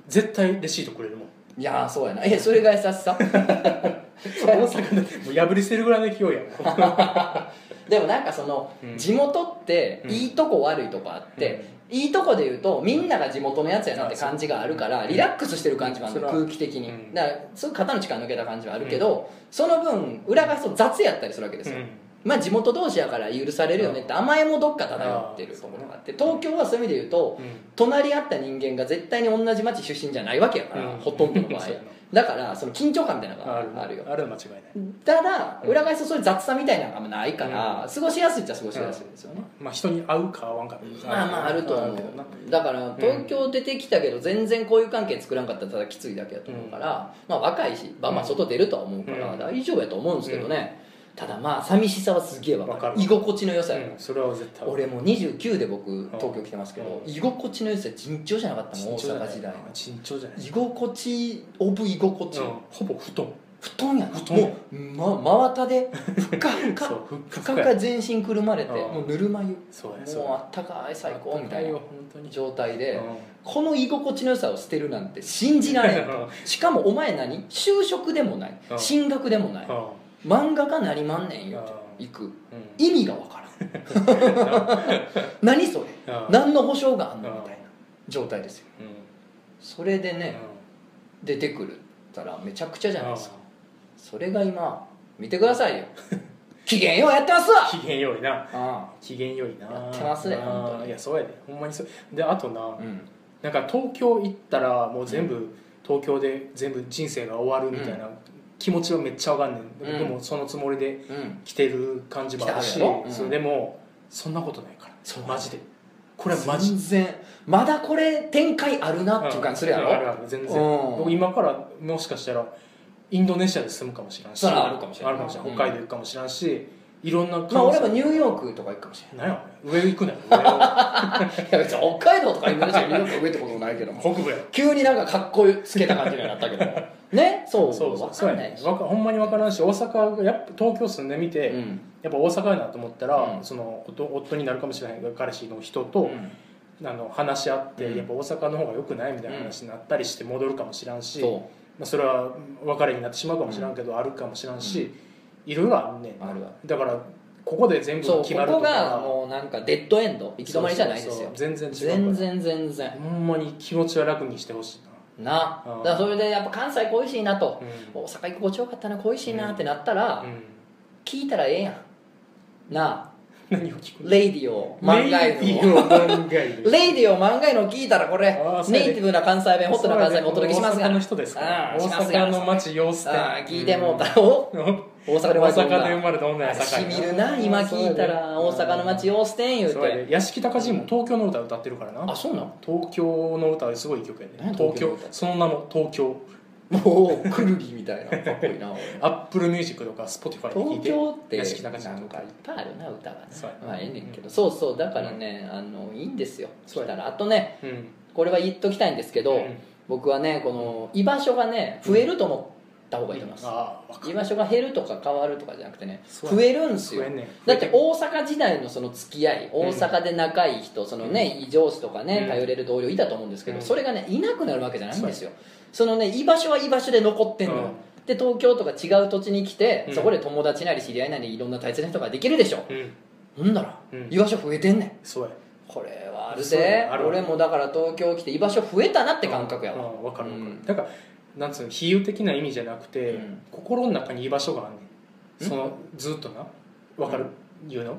Speaker 2: 絶対レシートく れるもん
Speaker 1: いやーそうやなえそれが優しさ
Speaker 2: 大阪でもう破り捨てるぐらいの勢いやもん
Speaker 1: でもなんかその、
Speaker 2: うん
Speaker 1: 地元って
Speaker 2: うん
Speaker 1: いいとこ悪いとこあって、いいとこで言うとみんなが地元のやつやなって感じがあるから、
Speaker 2: うん
Speaker 1: リラックスしてる感じもあるの、
Speaker 2: うんそれは
Speaker 1: 空気的に、
Speaker 2: うん
Speaker 1: だからすごい肩の力抜けた感じはあるけど、その分裏がそう雑やったりするわけですよ、まあ地元同士やから許されるよねって甘えもどっか漂ってるところがあって東京はそういう意味で言うと
Speaker 2: うん
Speaker 1: 隣り合った人間が絶対に同じ町出身じゃないわけやから
Speaker 2: うん
Speaker 1: ほとんどの場合
Speaker 2: そうやな
Speaker 1: だからその緊張感みたいなのが
Speaker 2: あ
Speaker 1: あ
Speaker 2: る
Speaker 1: るよ
Speaker 2: あれは間違いない
Speaker 1: ただ裏返すとそういう雑さみたいなのがあんまないから、過ごしやすいっちゃ過ごしやすいですよね、
Speaker 2: まあ人に合うか合わんかっていうの
Speaker 1: まあまああると思
Speaker 2: るけどな
Speaker 1: うだから東京出てきたけど全然交友関係作らんかったらただきついだけやと思うから、まあ若いしまあまあ外出るとは思うから
Speaker 2: うん
Speaker 1: 大丈夫やと思うんですけどね、ただまあ寂しさはすげえわか
Speaker 2: わか
Speaker 1: る
Speaker 2: る
Speaker 1: 居心地の良さや、
Speaker 2: うんそれは絶対
Speaker 1: 俺もう29で僕東京来てますけど、
Speaker 2: うん
Speaker 1: 居心地の良さ尋常じゃなかったもん大阪時代の
Speaker 2: 慎重じゃない
Speaker 1: 居心地オブ居心地、
Speaker 2: うんほぼ布団
Speaker 1: 布団やな
Speaker 2: 布団
Speaker 1: もう、ま、真綿 でふかふ
Speaker 2: そう
Speaker 1: か
Speaker 2: ふっ
Speaker 1: ふか
Speaker 2: か
Speaker 1: ふ
Speaker 2: ふか
Speaker 1: か
Speaker 2: や
Speaker 1: 全身くるまれて
Speaker 2: うん
Speaker 1: もうぬるま湯
Speaker 2: そうやそう
Speaker 1: もうあ
Speaker 2: や
Speaker 1: ったかい最高みたいな
Speaker 2: 本当に
Speaker 1: 状態で、
Speaker 2: うん
Speaker 1: この居心地の良さを捨てるなんて信じられんしかもお前何就職でもない
Speaker 2: うん
Speaker 1: 進学でもない漫画家なりまんねんよ
Speaker 2: うん
Speaker 1: 行く
Speaker 2: うん
Speaker 1: 意味がわからん 何それ
Speaker 2: うん
Speaker 1: 何の保証があんの
Speaker 2: うん
Speaker 1: みたいな状態ですよ
Speaker 2: うん
Speaker 1: それでね
Speaker 2: うん
Speaker 1: 出てくるったらめちゃくちゃじゃないですか
Speaker 2: うん
Speaker 1: それが今見てくださいよ 機嫌ようやってますわ
Speaker 2: 機嫌よいな
Speaker 1: あ
Speaker 2: 機嫌よいな
Speaker 1: やってますね
Speaker 2: あー
Speaker 1: 本当に
Speaker 2: いやそうやでほんまにそうであとな、
Speaker 1: あうん
Speaker 2: なんか東京行ったらもう全部東京で全部人生が終わるみたいな気持ちはめっちゃわかんねん、
Speaker 1: うん
Speaker 2: 僕もそのつもりで
Speaker 1: うん
Speaker 2: 来てる感じもある
Speaker 1: 来
Speaker 2: し、
Speaker 1: てはるやろうん
Speaker 2: そうでもそんなことないから
Speaker 1: そう
Speaker 2: マジでこれはマジ
Speaker 1: 全然まだこれ展開あるなっていう感じするや
Speaker 2: うんある
Speaker 1: ろ
Speaker 2: ある全然
Speaker 1: うん
Speaker 2: 僕今からもしかしたらインドネシアで住むかもしれんし
Speaker 1: そらあるかもしれん
Speaker 2: あるかもしれん
Speaker 1: うん
Speaker 2: 北海道行くかもしれんしいろんな感
Speaker 1: まあ俺もニューヨークとか行くかもしれない
Speaker 2: なんやお前上 行くなよ上
Speaker 1: いや別に北海道とかインドネシアよりよく上ってこともないけども
Speaker 2: を北部やろ
Speaker 1: 急になんかかっこつけた感じにはなったけど もねそう
Speaker 2: そうそ
Speaker 1: 分
Speaker 2: うそう
Speaker 1: か
Speaker 2: や
Speaker 1: んない
Speaker 2: ね
Speaker 1: し
Speaker 2: わかほんまに分からんし大阪がやっぱ東京住んでみて、
Speaker 1: うん
Speaker 2: やっぱ大阪やなと思ったら、
Speaker 1: うん
Speaker 2: その夫夫になるかもしれない彼氏の人
Speaker 1: う
Speaker 2: と、
Speaker 1: ん
Speaker 2: あの話し合って、
Speaker 1: うん
Speaker 2: やっぱ大阪の方が良くないみたいな話になったりして戻るかもしれんし、
Speaker 1: そ
Speaker 2: まあ、それは別れになってしまうかもしれんけど、あるかもしれんし、いろいろあんねん
Speaker 1: うあるわ
Speaker 2: だからここで全部
Speaker 1: そう
Speaker 2: 決
Speaker 1: こ
Speaker 2: まる
Speaker 1: ことが
Speaker 2: か
Speaker 1: もうなんかデッドエンド行き止まりじゃないですよ
Speaker 2: そうそうそう全然違う
Speaker 1: 全
Speaker 2: から
Speaker 1: 然全然
Speaker 2: ほんまに気持ちは楽にしてほしい
Speaker 1: な
Speaker 2: うん
Speaker 1: だからそれでやっぱ関西恋しいなと
Speaker 2: な、
Speaker 1: 大阪行くこちよかったな恋しいなってなったら
Speaker 2: うん
Speaker 1: 聞いたらええやんなあ
Speaker 2: 何を聞く
Speaker 1: レイディオ漫画
Speaker 2: レイデ
Speaker 1: イ
Speaker 2: ィ
Speaker 1: の
Speaker 2: オ漫画犬
Speaker 1: レイディオ漫画イのを聞いたらこれ
Speaker 2: あーそうやね
Speaker 1: ネイティブな関西弁ホットな関西弁お届けしますが
Speaker 2: 大阪の人ですから
Speaker 1: うんし
Speaker 2: 大
Speaker 1: ますが
Speaker 2: 阪の町様子店
Speaker 1: ああ聞いてもうたお大阪で
Speaker 2: 大阪で
Speaker 1: 生
Speaker 2: 生まれた女や
Speaker 1: しみるな今聞いたら大阪の街を捨てん言う
Speaker 2: そうや
Speaker 1: て
Speaker 2: で屋敷隆人も東京の歌歌ってるからな
Speaker 1: あそうなの
Speaker 2: 東京の歌すごい曲やね
Speaker 1: 何
Speaker 2: 東
Speaker 1: 東京の
Speaker 2: 京
Speaker 1: 歌
Speaker 2: その名も東京
Speaker 1: もうくるりみたいなかっこいいな俺
Speaker 2: アップルミュージックとか Spotify で聴い
Speaker 1: 東
Speaker 2: て
Speaker 1: 京って
Speaker 2: 屋敷隆
Speaker 1: な
Speaker 2: 人
Speaker 1: ん
Speaker 2: と
Speaker 1: か
Speaker 2: か
Speaker 1: いっぱいあるな歌はな
Speaker 2: そうや
Speaker 1: まあええねんけど、
Speaker 2: うん
Speaker 1: そうそうだからねあのいいんですよ
Speaker 2: そう
Speaker 1: 来
Speaker 2: や
Speaker 1: たらあとね
Speaker 2: うん
Speaker 1: これは言っときたいんですけど、
Speaker 2: うん
Speaker 1: 僕はねこの居場所がね増えると思った方がいいと思います、
Speaker 2: ああ分か
Speaker 1: 居
Speaker 2: る
Speaker 1: 場所が減るとか変わるとかじゃなくてね
Speaker 2: そうや
Speaker 1: 増えるんです
Speaker 2: 増
Speaker 1: よ
Speaker 2: えんねん
Speaker 1: だって大阪時代のその付き合い大阪で仲いい人、そのね異上司とかね、
Speaker 2: うん
Speaker 1: 頼れる同僚いたと思うんですけど、
Speaker 2: うん
Speaker 1: それがねいなくなるわけじゃないんですよそのね居場所は居場所で残ってんのよ、
Speaker 2: うん
Speaker 1: で東京とか違う土地に来て、
Speaker 2: うん
Speaker 1: そこで友達なり知り合いなりいろんな大切な人ができるでしょ、
Speaker 2: うん
Speaker 1: ほんだら、
Speaker 2: うん
Speaker 1: 居場所増えてんねん
Speaker 2: そうや
Speaker 1: これはある
Speaker 2: そう
Speaker 1: ぜ
Speaker 2: やある
Speaker 1: 俺もだから東京来て居場所増えたなって感覚やわ、
Speaker 2: わ分かる分か
Speaker 1: う
Speaker 2: る
Speaker 1: ん
Speaker 2: だからなんつうの比喩的な意味じゃなくて、
Speaker 1: うん
Speaker 2: 心の中に居場所があんねん
Speaker 1: ん
Speaker 2: そのずっとな分かる、言うの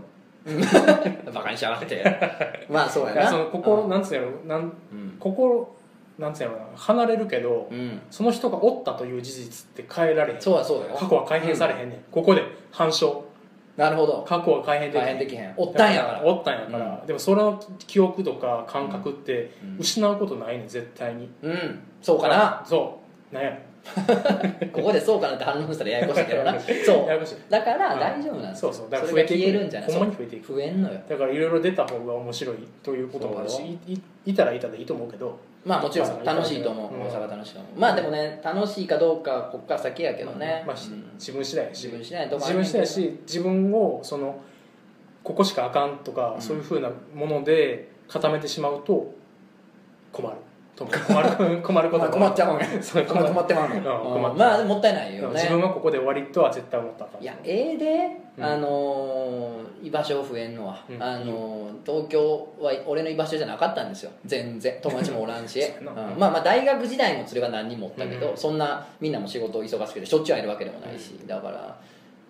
Speaker 1: バカにしやがって まあそうや
Speaker 2: いや
Speaker 1: な
Speaker 2: その心なんつうやろなん
Speaker 1: うん
Speaker 2: 心なんつうやろな離れるけど、
Speaker 1: うん
Speaker 2: その人がおったという事実って変えられへん
Speaker 1: そうだそうだよ
Speaker 2: 過去は改変されへんねん、ここで反証
Speaker 1: なるほど
Speaker 2: 過去は改変でき
Speaker 1: 大
Speaker 2: へ
Speaker 1: 変
Speaker 2: ん
Speaker 1: できへんおったんやから
Speaker 2: おったんやから、でもその記憶とか感覚って
Speaker 1: うん
Speaker 2: 失うことないねん絶対に
Speaker 1: うんそうかな
Speaker 2: そうなんや
Speaker 1: ここでそうかなって反論したらややこしいけどなそ
Speaker 2: やや
Speaker 1: う
Speaker 2: こ しい
Speaker 1: だから
Speaker 2: うん
Speaker 1: 大丈夫なんです
Speaker 2: そうそうだから
Speaker 1: そ
Speaker 2: 増
Speaker 1: れ
Speaker 2: え
Speaker 1: が
Speaker 2: ていく
Speaker 1: 消えるんじゃない
Speaker 2: ほんまに増えていく
Speaker 1: そう増えんのよ
Speaker 2: だからいろいろ出た方が面白いということもある
Speaker 1: そ
Speaker 2: し
Speaker 1: う
Speaker 2: いいいたらいたでいいと思うけど
Speaker 1: まあもちろ
Speaker 2: ま
Speaker 1: ん
Speaker 2: あ
Speaker 1: 楽しいと思う
Speaker 2: うん
Speaker 1: 大阪楽しいと思うまあでもね楽しいかどうかはこっから先やけどね
Speaker 2: まあ、し
Speaker 1: うん
Speaker 2: 自分次第やし
Speaker 1: 自分次第のとこあ
Speaker 2: 自
Speaker 1: んねん
Speaker 2: 分
Speaker 1: けど
Speaker 2: 次第やし自分をそのここしかあかんとか、
Speaker 1: うん
Speaker 2: そういうふうなもので固めてしまうと困ると思う困 る困ること
Speaker 1: まあ 困
Speaker 2: が
Speaker 1: っちゃうもんね
Speaker 2: そう困る
Speaker 1: 困ってまうね
Speaker 2: うん困っちゃう
Speaker 1: まあでももったいないよね
Speaker 2: 自分はここで終わりとは絶対思ったらあかん
Speaker 1: いやええで、
Speaker 2: うん
Speaker 1: あのー居場所増えんのは、
Speaker 2: うん
Speaker 1: あのー東京は俺の居場所じゃなかったんですよ全然友達もおらんし、
Speaker 2: そう
Speaker 1: うん
Speaker 2: や
Speaker 1: ま
Speaker 2: な
Speaker 1: あまあ大学時代の連れは何人もおったけど、
Speaker 2: うん
Speaker 1: そんなみんなも仕事忙しくてしょっちゅう会えるわけでもないし、だから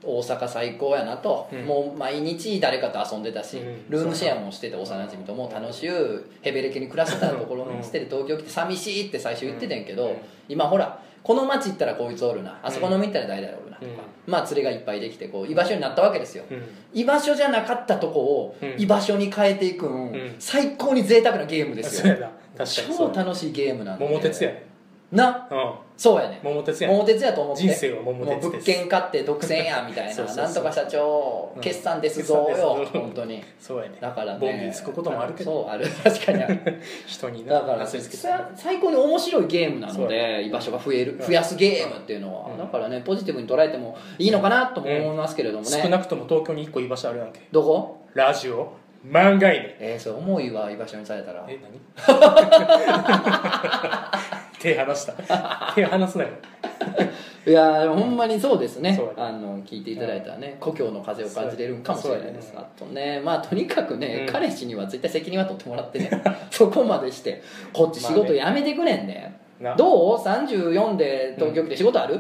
Speaker 1: 大阪最高やなと、
Speaker 2: うん
Speaker 1: もう毎日誰かと遊んでたし、
Speaker 2: うん
Speaker 1: ルームシェアもしてて幼馴染とも楽しゅうヘベレケに暮らしてたところにしてて東京来て寂しいって最初言ってたんやけど、
Speaker 2: うん
Speaker 1: 今ほらこの町行ったらこいつおるなあそこ飲み行ったら誰々おるなとか、まあ連れがいっぱいできてこう居場所になったわけですよ、居場所じゃなかったとこを
Speaker 2: うん
Speaker 1: 居場所に変えていくん、
Speaker 2: うん
Speaker 1: 最高に贅沢なゲームです
Speaker 2: そう
Speaker 1: よ
Speaker 2: やな確かにそ
Speaker 1: 超
Speaker 2: うや
Speaker 1: 楽しいゲームなんで
Speaker 2: 桃鉄やね
Speaker 1: な
Speaker 2: う
Speaker 1: そうやね
Speaker 2: ん桃鉄やね
Speaker 1: 桃鉄やと思って
Speaker 2: 人生は桃鉄です
Speaker 1: もう物件買って独占やみたい
Speaker 2: そう
Speaker 1: な
Speaker 2: そうそう
Speaker 1: なんとか社長
Speaker 2: うん
Speaker 1: 決算ですぞよ
Speaker 2: 決算ですぞ
Speaker 1: 本当に
Speaker 2: そうやね
Speaker 1: だからね
Speaker 2: ボンビーつくこともあるけど
Speaker 1: そうある確かにある
Speaker 2: 人に
Speaker 1: だから
Speaker 2: なすりつけて
Speaker 1: さ最高に面白いゲームなの
Speaker 2: そうや
Speaker 1: で居場所が増える
Speaker 2: うん
Speaker 1: 増やすゲームっていうのは、
Speaker 2: うん
Speaker 1: だからねポジティブに捉えてもいいのかなとも思いますけれどもね、
Speaker 2: 少なくとも東京に一個居場所あるやんけ
Speaker 1: どこ
Speaker 2: ラジオ漫画犬
Speaker 1: えー、そう思いは居場所にされたら
Speaker 2: え何手離した手離すなよ
Speaker 1: いやーでもほんまにそうですね、
Speaker 2: そうだ
Speaker 1: あの聞いていただいたらね、故郷の風を感じれるんかもしれないです
Speaker 2: そうだ
Speaker 1: あ
Speaker 2: ね
Speaker 1: とねまあとにかくね、
Speaker 2: うん
Speaker 1: 彼氏には絶対責任は取ってもらってね そこまでしてこっち仕事やめてくれんね,、
Speaker 2: な
Speaker 1: どう34で東京来て仕事ある、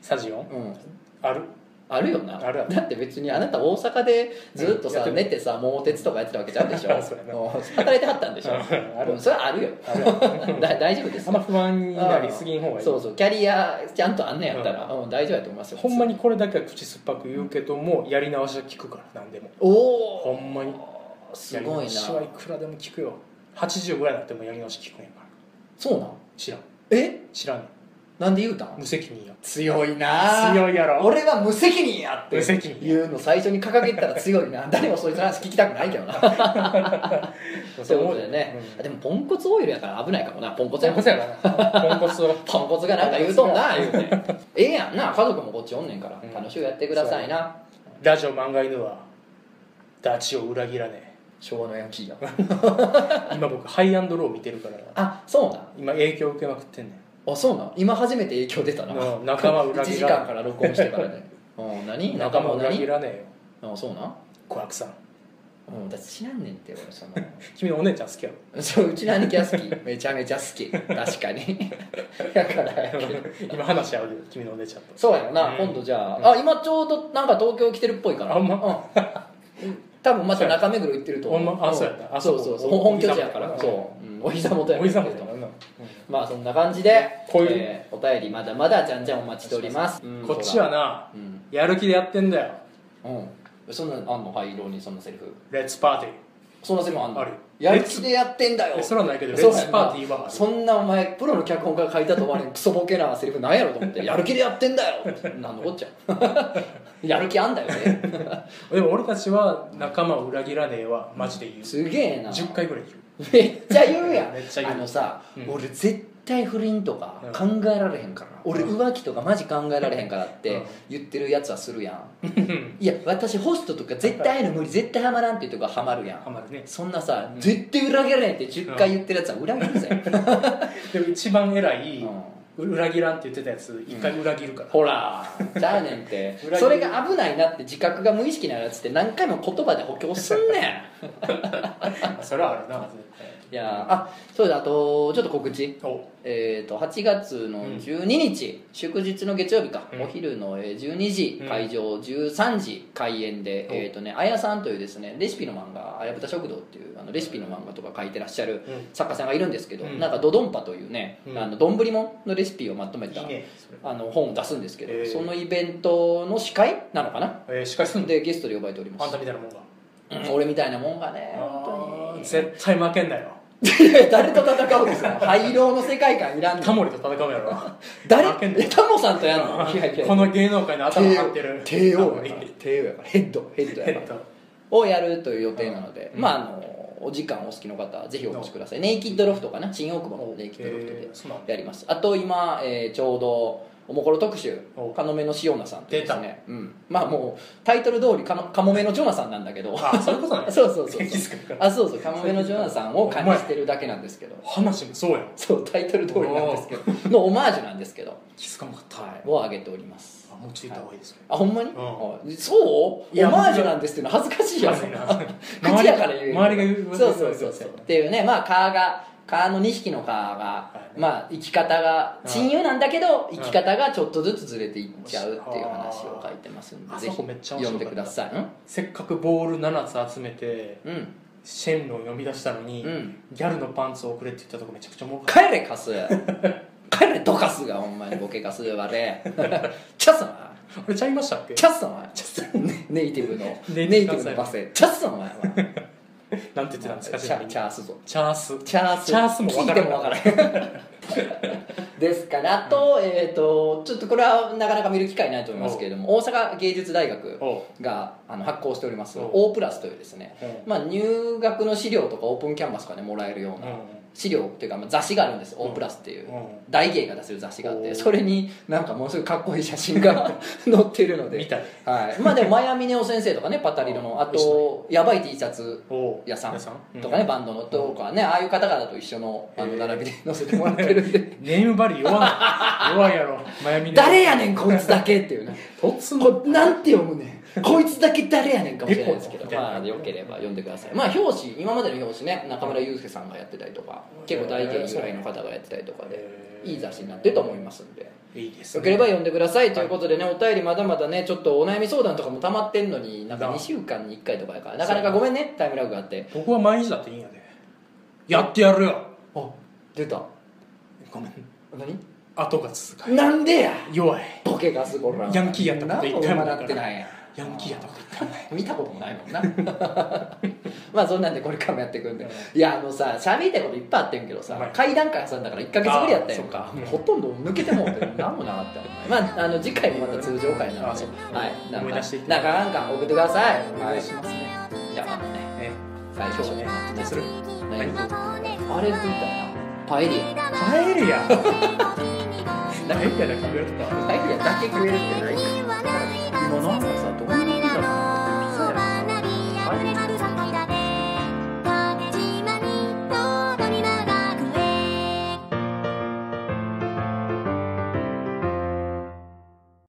Speaker 2: サジオン
Speaker 1: うん
Speaker 2: ある
Speaker 1: あるよな
Speaker 2: あるある
Speaker 1: だって別にあなた大阪でずっとさ、
Speaker 2: うん
Speaker 1: 寝てさ桃鉄とかやってたわけちゃうでしょ
Speaker 2: そうやな
Speaker 1: もう働いてはったんでしょ
Speaker 2: うんある
Speaker 1: うんそれはあるよ
Speaker 2: あるあ る
Speaker 1: だ大丈夫です
Speaker 2: あんま不安になりすぎん方がいい
Speaker 1: そうそうキャリアちゃんとあんねやったら、
Speaker 2: う
Speaker 1: うん大丈夫やと思いますよ
Speaker 2: ほんまにこれだけは口酸っぱく言うけどもやり直しは聞くから何でも
Speaker 1: お
Speaker 2: ほ
Speaker 1: お
Speaker 2: んまに
Speaker 1: すご
Speaker 2: や
Speaker 1: い
Speaker 2: り
Speaker 1: な
Speaker 2: 直しはいくらでも聞くよ80ぐらいになってもやり直し聞くんやから
Speaker 1: そうなん
Speaker 2: 知らん
Speaker 1: え
Speaker 2: 知らんね
Speaker 1: なんで言うたん
Speaker 2: 無責任や
Speaker 1: 強いな
Speaker 2: 強いやろ
Speaker 1: 俺は無責任やって
Speaker 2: 無責任
Speaker 1: 言うの最初に掲げてたら強いな誰もそいつの話聞きたくないけどなそういうことでね、
Speaker 2: うん
Speaker 1: でもポンコツオイルやから危ないかもなポンコツやもん
Speaker 2: ポンコツやからなポンコツを
Speaker 1: ポンコツがなんか言うとんな言うてええやんな家族もこっちおんねんから、
Speaker 2: うん
Speaker 1: 楽しゅうやってくださいな
Speaker 2: ラジオ漫画犬はダチを裏切らね
Speaker 1: 昭和のヤンキーや
Speaker 2: え今僕ハイアンドロー見てるからな
Speaker 1: あそうなん
Speaker 2: 今影響受けまくってんね
Speaker 1: あそうなん今初めて影響出たな
Speaker 2: うん仲間裏切
Speaker 1: 1
Speaker 2: らん
Speaker 1: 時間から録音してからねうん何
Speaker 2: ん
Speaker 1: 仲
Speaker 2: 仲
Speaker 1: 間
Speaker 2: 間裏切
Speaker 1: 何
Speaker 2: らねえよ
Speaker 1: あそうなん
Speaker 2: 小悪さん
Speaker 1: うんだって知らんねんって俺その
Speaker 2: 君のお姉ちゃん好きや ろ
Speaker 1: そううちの兄貴は好きめちゃめちゃ好き確かに だからやけど
Speaker 2: 今話し合うよ君のお姉ちゃんと
Speaker 1: そうやろな、
Speaker 2: うん
Speaker 1: 今度じゃあ、
Speaker 2: うん
Speaker 1: あ今ちょうどなんか東京来てるっぽいから
Speaker 2: あんま
Speaker 1: うん多分また中目黒行ってると思う
Speaker 2: ほんまあ
Speaker 1: ん
Speaker 2: そうやなあ
Speaker 1: そ
Speaker 2: そうう
Speaker 1: そうそう
Speaker 2: お
Speaker 1: 本拠地やから
Speaker 2: お膝元
Speaker 1: そ
Speaker 2: やな
Speaker 1: う、うんお膝元や
Speaker 2: お
Speaker 1: から
Speaker 2: じさんみたいなな
Speaker 1: まあそんな感じで
Speaker 2: こういう
Speaker 1: えーお便りまだまだじゃんじゃんお待ちしております、うん
Speaker 2: こっちはな
Speaker 1: うん、
Speaker 2: やる気でやってんだよ
Speaker 1: うん、そんなのあんの灰色にそんなセリフ
Speaker 2: レッツパーティー
Speaker 1: そんなセリフあんの
Speaker 2: あるよ
Speaker 1: やる気でやってんだよ
Speaker 2: えそれはないけど
Speaker 1: そうや
Speaker 2: レッツパーティーはある
Speaker 1: そんなお前プロの脚本家が書いたと思わ れんクソボケなセリフなんやろと思ってやる気でやってんだよってなんのこっちゃ やる気あんだよね
Speaker 2: でも俺たちは仲間を裏切らねえはマジで言う
Speaker 1: すげえな
Speaker 2: 10回ぐらい言う
Speaker 1: めっちゃ言うやん
Speaker 2: めっちゃ言う
Speaker 1: あのさ、
Speaker 2: うん
Speaker 1: 俺絶対不倫とか考
Speaker 2: うん
Speaker 1: えられへんから、俺
Speaker 2: うん
Speaker 1: 浮気とかマジ考えられへんからっ
Speaker 2: う
Speaker 1: て
Speaker 2: ん
Speaker 1: 言ってるやつはするやん
Speaker 2: うん
Speaker 1: いや私ホストとか絶対ああいうの無理絶対ハマらんっていうとこはハマるや
Speaker 2: ハ
Speaker 1: ん
Speaker 2: マるね
Speaker 1: そんなさ絶対裏切られへんって10回言ってるやつは裏切るぜ、
Speaker 2: でも一番偉い
Speaker 1: うん
Speaker 2: 裏切らんって言ってたやつ一回裏切るから
Speaker 1: ほらじゃあねんって
Speaker 2: 裏切り
Speaker 1: それが危ないなって自覚が無意識なやつって何回も言葉で補強すんねん
Speaker 2: それはあるな絶対
Speaker 1: いやーあそうだあとちょっと告知
Speaker 2: お
Speaker 1: えー、と8月の
Speaker 2: うん
Speaker 1: 12日、祝日の月曜日か、
Speaker 2: うん
Speaker 1: お昼のえー12時、
Speaker 2: うん
Speaker 1: 会場13時開演で、
Speaker 2: お
Speaker 1: えーとね、あやさんというですねレシピの漫画「あやぶた食堂」っていうあのレシピの漫画とか書いてらっしゃる
Speaker 2: うん
Speaker 1: 作家さんがいるんですけど、
Speaker 2: うん
Speaker 1: なんか「ドドンパ」というね
Speaker 2: うん
Speaker 1: あの丼もんのレシピをまとめ
Speaker 2: い
Speaker 1: た
Speaker 2: いねそれ
Speaker 1: あの本を出すんですけど、
Speaker 2: えー
Speaker 1: そのイベントの司会なのかな
Speaker 2: えー、しかしすんで
Speaker 1: でゲストで呼ばれておりま
Speaker 2: あん
Speaker 1: す
Speaker 2: たみたいなもんが
Speaker 1: うん俺みたいなもんがね
Speaker 2: あ
Speaker 1: 本
Speaker 2: ー
Speaker 1: 当 に
Speaker 2: 絶対負けんなよ
Speaker 1: 誰と戦うんです か灰色の世界観いらんの
Speaker 2: タモリと戦うやろ
Speaker 1: 誰
Speaker 2: 負けんなよ
Speaker 1: えタモさんとやんのいやいや
Speaker 2: この芸能界の頭張ってる
Speaker 1: 帝
Speaker 2: タ
Speaker 1: 王
Speaker 2: モリ
Speaker 1: やから帝王やからヘッドヘッドや
Speaker 2: えっ
Speaker 1: から
Speaker 2: と
Speaker 1: をやるという予定なので、
Speaker 2: うん
Speaker 1: まああのお時間お好きの方はぜひお越しくださいネイキッドロフトかな新大久保のネイキッドロフト
Speaker 2: えーそうなの
Speaker 1: でやりますあと今、えーちょうどおもころ特集
Speaker 2: お
Speaker 1: かのめのしおなさんというですね、うん、まあもうタイトル通りかのかもめのジョナサンなんだけど
Speaker 2: あそういうことね
Speaker 1: そうそうそう
Speaker 2: 気づくから
Speaker 1: あそうそうかもめのジョナサンを感じてるだけなんですけど
Speaker 2: 話もそうやん
Speaker 1: そうタイトル通りなんですけどのオマージュなんですけど、
Speaker 2: 気づかなかった、
Speaker 1: はい、を上げております
Speaker 2: あもうついた方がいいですよ
Speaker 1: あほんまに、
Speaker 2: ん
Speaker 1: あそう
Speaker 2: い
Speaker 1: オ
Speaker 2: や
Speaker 1: マージュなんですっていうの恥ずかしいや
Speaker 2: 恥ず
Speaker 1: ん
Speaker 2: いな
Speaker 1: 口やから言う
Speaker 2: 周りが周りが言う
Speaker 1: そうそうそうそうっていうねまあ蚊が蚊の2匹の蚊が
Speaker 2: い
Speaker 1: まあ生き方が
Speaker 2: い
Speaker 1: 親友なんだけど生き方がちょっとずつずれていっちゃうっていう話を書いてますん
Speaker 2: あ
Speaker 1: でぜ
Speaker 2: ーあそ
Speaker 1: ひ
Speaker 2: こめっちゃ面
Speaker 1: 読ん
Speaker 2: 白
Speaker 1: で
Speaker 2: かっ
Speaker 1: く
Speaker 2: た
Speaker 1: ださい
Speaker 2: せっかくボール7つ集めて
Speaker 1: うんうん
Speaker 2: シェンロン読み出したのに、
Speaker 1: うん
Speaker 2: ギャルのパンツをくれって言ったとこめちゃくちゃおもろ かっ
Speaker 1: 帰れカス帰れドカスがほんまにボケカスは ねチャッソン
Speaker 2: たあれちゃいましたっけ
Speaker 1: チャッソンはねネイティブのネ
Speaker 2: ネイティブ
Speaker 1: イティブのバセチャッソンは
Speaker 2: なんて言って
Speaker 1: チ
Speaker 2: たんですか
Speaker 1: ャチャースぞ
Speaker 2: チャース
Speaker 1: チャース
Speaker 2: チャースも
Speaker 1: 聞
Speaker 2: 分か
Speaker 1: いて
Speaker 2: らん
Speaker 1: もわからへんですからあと,、えー、とちょっとこれはなかなか見る機会ないと思いますけれども大阪芸術大学
Speaker 2: おう
Speaker 1: があの発行しております
Speaker 2: おう
Speaker 1: O プラスというですね、
Speaker 2: うん
Speaker 1: まあ、入学の資料とかオープンキャンバスとかでもらえるような
Speaker 2: うん
Speaker 1: 資料っていうか、まあ、雑誌があるんです
Speaker 2: う
Speaker 1: O
Speaker 2: ん
Speaker 1: プラスっていう
Speaker 2: うん
Speaker 1: 大芸が出せる雑誌があっ
Speaker 2: お
Speaker 1: て
Speaker 2: ー
Speaker 1: それになんかものすごいかっこいい写真が 載ってるので
Speaker 2: 見たい
Speaker 1: はい、まあでもマヤミネオ先生とかねパタリロのあとやばい T シャツ
Speaker 2: おう
Speaker 1: 屋さん
Speaker 2: 屋さん
Speaker 1: とかね、バンドのとかね、ああいう方々と一緒のあの
Speaker 2: へー
Speaker 1: 並びで 載せてもらってるん で
Speaker 2: ネームバリュー弱 ない弱いやろマヤミの
Speaker 1: 誰やねんこいつだけっていう ね
Speaker 2: 突
Speaker 1: こ
Speaker 2: の
Speaker 1: なんて読むねんこいつだけ誰やねんかもしれないですけど
Speaker 2: 猫みたいな
Speaker 1: まあよければ読んでくださいまあ表紙今までの表紙ね中村祐介さんがやってたりとか結構大芸由来の方がやってたりとかで
Speaker 2: えー
Speaker 1: いい雑誌になってると思いますんで
Speaker 2: いいです
Speaker 1: よ
Speaker 2: ね
Speaker 1: ければ読んでくださいということでね、お便りまだまだねちょっとお悩み相談とかも溜まってんのになんか2週間に1回とかやからなかなかごめんねタイムラグがあって
Speaker 2: 僕は毎日だっていいんやでやってやるよ
Speaker 1: あ出た
Speaker 2: ごめん
Speaker 1: 何
Speaker 2: 後が続かない
Speaker 1: なんでや
Speaker 2: 弱い
Speaker 1: ボケがすごいな
Speaker 2: ヤンキーやったこと一回も
Speaker 1: な
Speaker 2: なん
Speaker 1: もなっ
Speaker 2: いから
Speaker 1: てないやん
Speaker 2: ヤンキーやったこと一回もない
Speaker 1: 見たこともないもんな まあそんなんでこれからもやっていくんで、
Speaker 2: うん
Speaker 1: いやあのさ喋りたいこといっぱいあってんけどさ
Speaker 2: はい
Speaker 1: 階段階挟んだから1か月ぶりやったやん
Speaker 2: あ
Speaker 1: か
Speaker 2: そうか
Speaker 1: ほとんど抜けてもうて何もなかった よまああの次回もまた通常回なの
Speaker 2: あ
Speaker 1: で
Speaker 2: そう
Speaker 1: はいなん
Speaker 2: 思い
Speaker 1: か
Speaker 2: 出していって
Speaker 1: なんかなんか送ってください
Speaker 2: お願いしますね
Speaker 1: はいじゃあまたね
Speaker 2: ね
Speaker 1: 最
Speaker 2: 今
Speaker 1: 初
Speaker 2: 日ねどうする
Speaker 1: 何あれみたいなパエリア
Speaker 2: パエ リア
Speaker 1: なん
Speaker 2: パ
Speaker 1: か
Speaker 2: エリアだけ食えるか
Speaker 1: パエリアだけ食えるってない
Speaker 2: 今なんかさどういう意味だろう